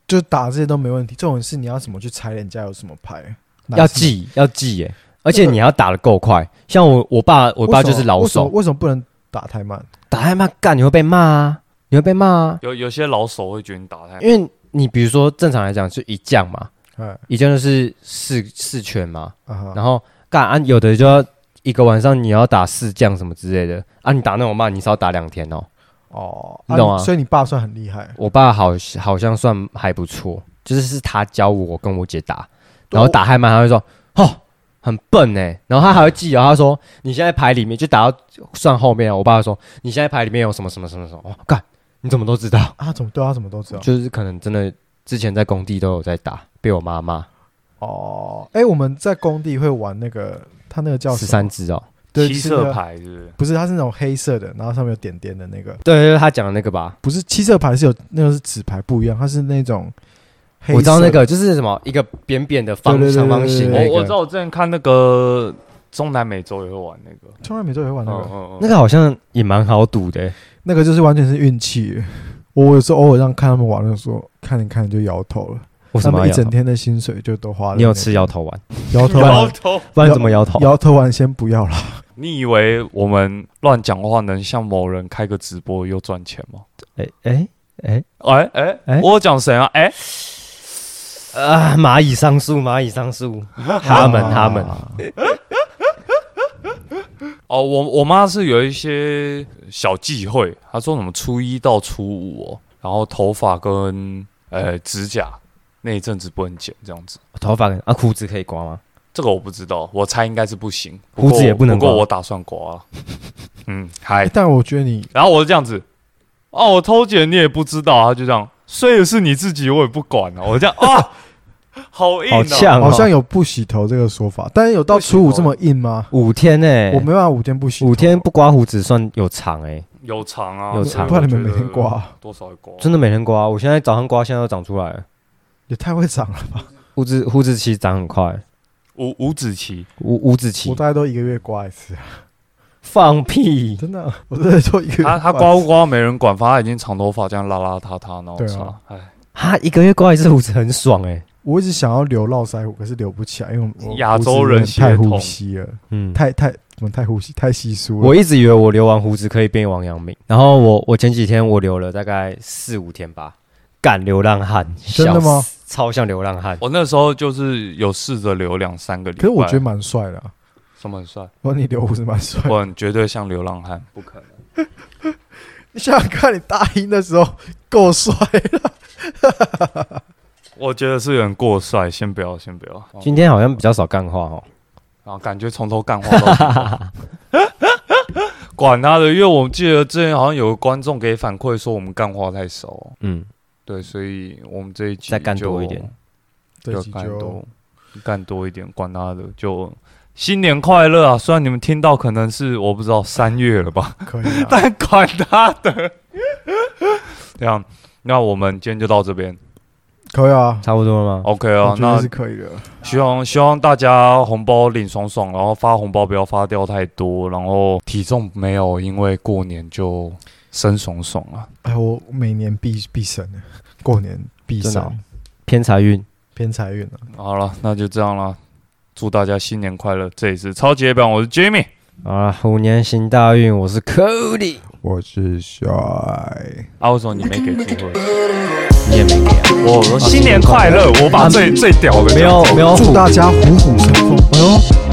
[SPEAKER 3] 就打这些都没问题，重点是你要怎么去猜人家有什么牌，
[SPEAKER 2] 要。记要记耶、而且你要打得够快。像我我爸我爸就是老
[SPEAKER 3] 为什么
[SPEAKER 2] 手，
[SPEAKER 3] 为什么不能打太慢？
[SPEAKER 2] 打太慢干你会被骂啊，你会被骂啊，
[SPEAKER 1] 有有些老手会觉得你打太，
[SPEAKER 2] 因为你比如说正常来讲是一将嘛，
[SPEAKER 3] 哎
[SPEAKER 2] 一将就是四四圈嘛，
[SPEAKER 3] 啊哈，
[SPEAKER 2] 然后干啊有的就要一个晚上你要打四将什么之类的啊，你打那种骂你少打两天哦。
[SPEAKER 3] 哦，
[SPEAKER 2] 你懂啊
[SPEAKER 3] 所以你爸算很厉害，
[SPEAKER 2] 我爸好好像算还不错，就是是他教我跟我姐
[SPEAKER 3] 哦
[SPEAKER 2] 打，然后打太慢，他会说哦很笨哎、然后他还会记哦，他说你现在牌里面就打到算后面，我爸会说你现在牌里面有什么什么什么什么，哦干你怎么都知道，
[SPEAKER 3] 啊，怎么对他怎么都知道。
[SPEAKER 2] 就是可能真的之前在工地都有在打，被我妈骂
[SPEAKER 3] 哦，哎、我们在工地会玩那个，它那个叫
[SPEAKER 2] 十
[SPEAKER 3] 什
[SPEAKER 2] 三
[SPEAKER 3] 么
[SPEAKER 2] 只哦，
[SPEAKER 3] 对，
[SPEAKER 1] 七
[SPEAKER 3] 是那
[SPEAKER 1] 色
[SPEAKER 3] 个，
[SPEAKER 1] 牌是不是？啊
[SPEAKER 3] 不是，它是那种黑色的，然后上面有点点的那个，
[SPEAKER 2] 对对对，他讲的那个吧，
[SPEAKER 3] 不是七色牌是有那个是纸牌不一样，它是那种黑色的，
[SPEAKER 2] 我知道那个就是什么一个扁扁的方
[SPEAKER 3] 对对对
[SPEAKER 2] 长方形那
[SPEAKER 3] 对对
[SPEAKER 1] 我我知
[SPEAKER 2] 个，
[SPEAKER 1] 道，我之前看那个中南美洲也会玩那个，
[SPEAKER 3] 从来没都有玩那个，
[SPEAKER 1] 嗯
[SPEAKER 2] 那个好像也蛮好赌的欸、
[SPEAKER 3] 那个就是完全是运气。我有时候偶尔让看他们玩的时候，看着看着就摇头了。
[SPEAKER 2] 为
[SPEAKER 3] 他
[SPEAKER 2] 什么
[SPEAKER 3] 们一
[SPEAKER 2] 要摇
[SPEAKER 3] 整
[SPEAKER 2] 头？
[SPEAKER 3] 天的薪水就都花了。
[SPEAKER 2] 你有吃摇头丸？
[SPEAKER 3] 摇头
[SPEAKER 1] 摇
[SPEAKER 3] 丸？
[SPEAKER 1] 头，
[SPEAKER 2] 不然怎么摇头？
[SPEAKER 3] 摇头丸先不要了。
[SPEAKER 1] 你以为我们乱讲话能像某人开个直播又赚钱吗？
[SPEAKER 2] 哎哎，哎、
[SPEAKER 1] 哎哎
[SPEAKER 2] 哎
[SPEAKER 1] 我有讲谁啊？哎，
[SPEAKER 2] 啊，蚂蚁上树，蚂蚁上 树，他们
[SPEAKER 3] 啊
[SPEAKER 2] 他们，
[SPEAKER 1] 哦，我我妈是有一些小忌讳，她说什么初一到初五哦，然后头发跟呃指甲那一阵子不能剪，这样子。
[SPEAKER 2] 头发跟啊胡子可以刮吗？
[SPEAKER 1] 这个我不知道，我猜应该是不行。
[SPEAKER 2] 胡子
[SPEAKER 1] 过
[SPEAKER 2] 也不能
[SPEAKER 1] 不过
[SPEAKER 2] 刮
[SPEAKER 1] 我打算刮 啊。嗯，
[SPEAKER 2] 哎
[SPEAKER 1] 嗨，
[SPEAKER 3] 但我觉得你
[SPEAKER 1] 然后我就这样子，哦，我偷剪你也不知道啊，就这样，睡的是你自己，我也不管啊，我这样啊，好硬、哦，
[SPEAKER 2] 好呛、哦，
[SPEAKER 3] 好像有不洗头这个说法，但是有到初五这么硬吗？
[SPEAKER 2] 五天呢、
[SPEAKER 3] 我没办法五天不洗头，
[SPEAKER 2] 哎五天不刮胡子算有长哎、
[SPEAKER 1] 有长啊，
[SPEAKER 2] 有
[SPEAKER 3] 我
[SPEAKER 2] 长
[SPEAKER 3] 不然你们每天刮，啊，
[SPEAKER 1] 多少会刮，
[SPEAKER 2] 真的每天刮。我现在早上刮，现在都长出来了。
[SPEAKER 3] 也太会长了。
[SPEAKER 2] 胡子胡子其实长很快，
[SPEAKER 1] 五五子棋，
[SPEAKER 2] 五五子期
[SPEAKER 3] 我大概都一个月刮 一次，
[SPEAKER 2] 放屁，
[SPEAKER 3] 真的啊，我真的都一 个月一次。
[SPEAKER 1] 他他刮不刮没人管，反正他已经长头发这样邋邋遢遢，然后
[SPEAKER 3] 对啊
[SPEAKER 1] 长，哎，
[SPEAKER 2] 哈，一个月刮一次胡子很爽哎、
[SPEAKER 3] 我一直想要留络腮胡，可是留不起来，因为我
[SPEAKER 1] 亚洲人
[SPEAKER 3] 我胡子有点太
[SPEAKER 1] 血
[SPEAKER 3] 呼
[SPEAKER 1] 统
[SPEAKER 3] 吸了，
[SPEAKER 2] 嗯，
[SPEAKER 3] 太太我们太呼吸太稀疏了。
[SPEAKER 2] 我一直以为我留完胡子可以变王阳明，然后我我前几天我留了大概四五天吧，干流浪汉，
[SPEAKER 3] 真的吗
[SPEAKER 2] 笑死？超像流浪汉，
[SPEAKER 1] 我那时候就是有试着留两三个礼拜，
[SPEAKER 3] 可是我觉得蛮帅的啊，
[SPEAKER 1] 什么很帅，
[SPEAKER 3] 我说你留胡子蛮帅的。
[SPEAKER 1] 我很绝对像流浪汉，不可能，
[SPEAKER 3] 你想想看，你大一的时候够帅 了，
[SPEAKER 1] 我觉得是有点过帅，先不要，先不要，哦
[SPEAKER 2] 今天好像比较少干话哦。
[SPEAKER 1] 然后感觉从头干话到尾。 管他的，因为我记得之前好像有个观众给反馈说我们干话太少哦，
[SPEAKER 2] 嗯，
[SPEAKER 1] 对，所以我们这一集
[SPEAKER 2] 再干
[SPEAKER 1] 就
[SPEAKER 2] 多一点，
[SPEAKER 3] 这
[SPEAKER 1] 就
[SPEAKER 3] 集
[SPEAKER 1] 干
[SPEAKER 3] 就
[SPEAKER 1] 多干多一点，管他的，就新年快乐啊！虽然你们听到可能是我不知道三月了吧，
[SPEAKER 3] 可以啊了。
[SPEAKER 1] 但管他的。这样，那我们今天就到这边
[SPEAKER 3] 可以啊，
[SPEAKER 2] 差不多了吗？
[SPEAKER 1] ，OK 啊
[SPEAKER 3] 我？觉
[SPEAKER 1] 那
[SPEAKER 3] 得是可以的。
[SPEAKER 1] 希望希望大家红包领爽爽，然后发红包不要发掉太多，然后体重没有因为过年就升爽爽啊。
[SPEAKER 3] 哎，我每年必必胜的，过年必
[SPEAKER 2] 真的
[SPEAKER 3] 胜
[SPEAKER 1] 啊
[SPEAKER 2] 哦，偏财运，
[SPEAKER 3] 偏财运啊。
[SPEAKER 1] 好了，那就这样了，祝大家新年快乐！这里是超级夜版，我是 Jimmy，
[SPEAKER 2] 好了，啊虎年行大运，我是 Cody，
[SPEAKER 3] 我是帅，
[SPEAKER 1] 啊，为什么你没给机会？
[SPEAKER 2] 你也没给啊、
[SPEAKER 1] 我说新年快乐，我把最最屌的
[SPEAKER 2] 没有没有
[SPEAKER 3] 祝
[SPEAKER 2] 虎，
[SPEAKER 3] 大家虎虎生风。
[SPEAKER 2] 哎呦，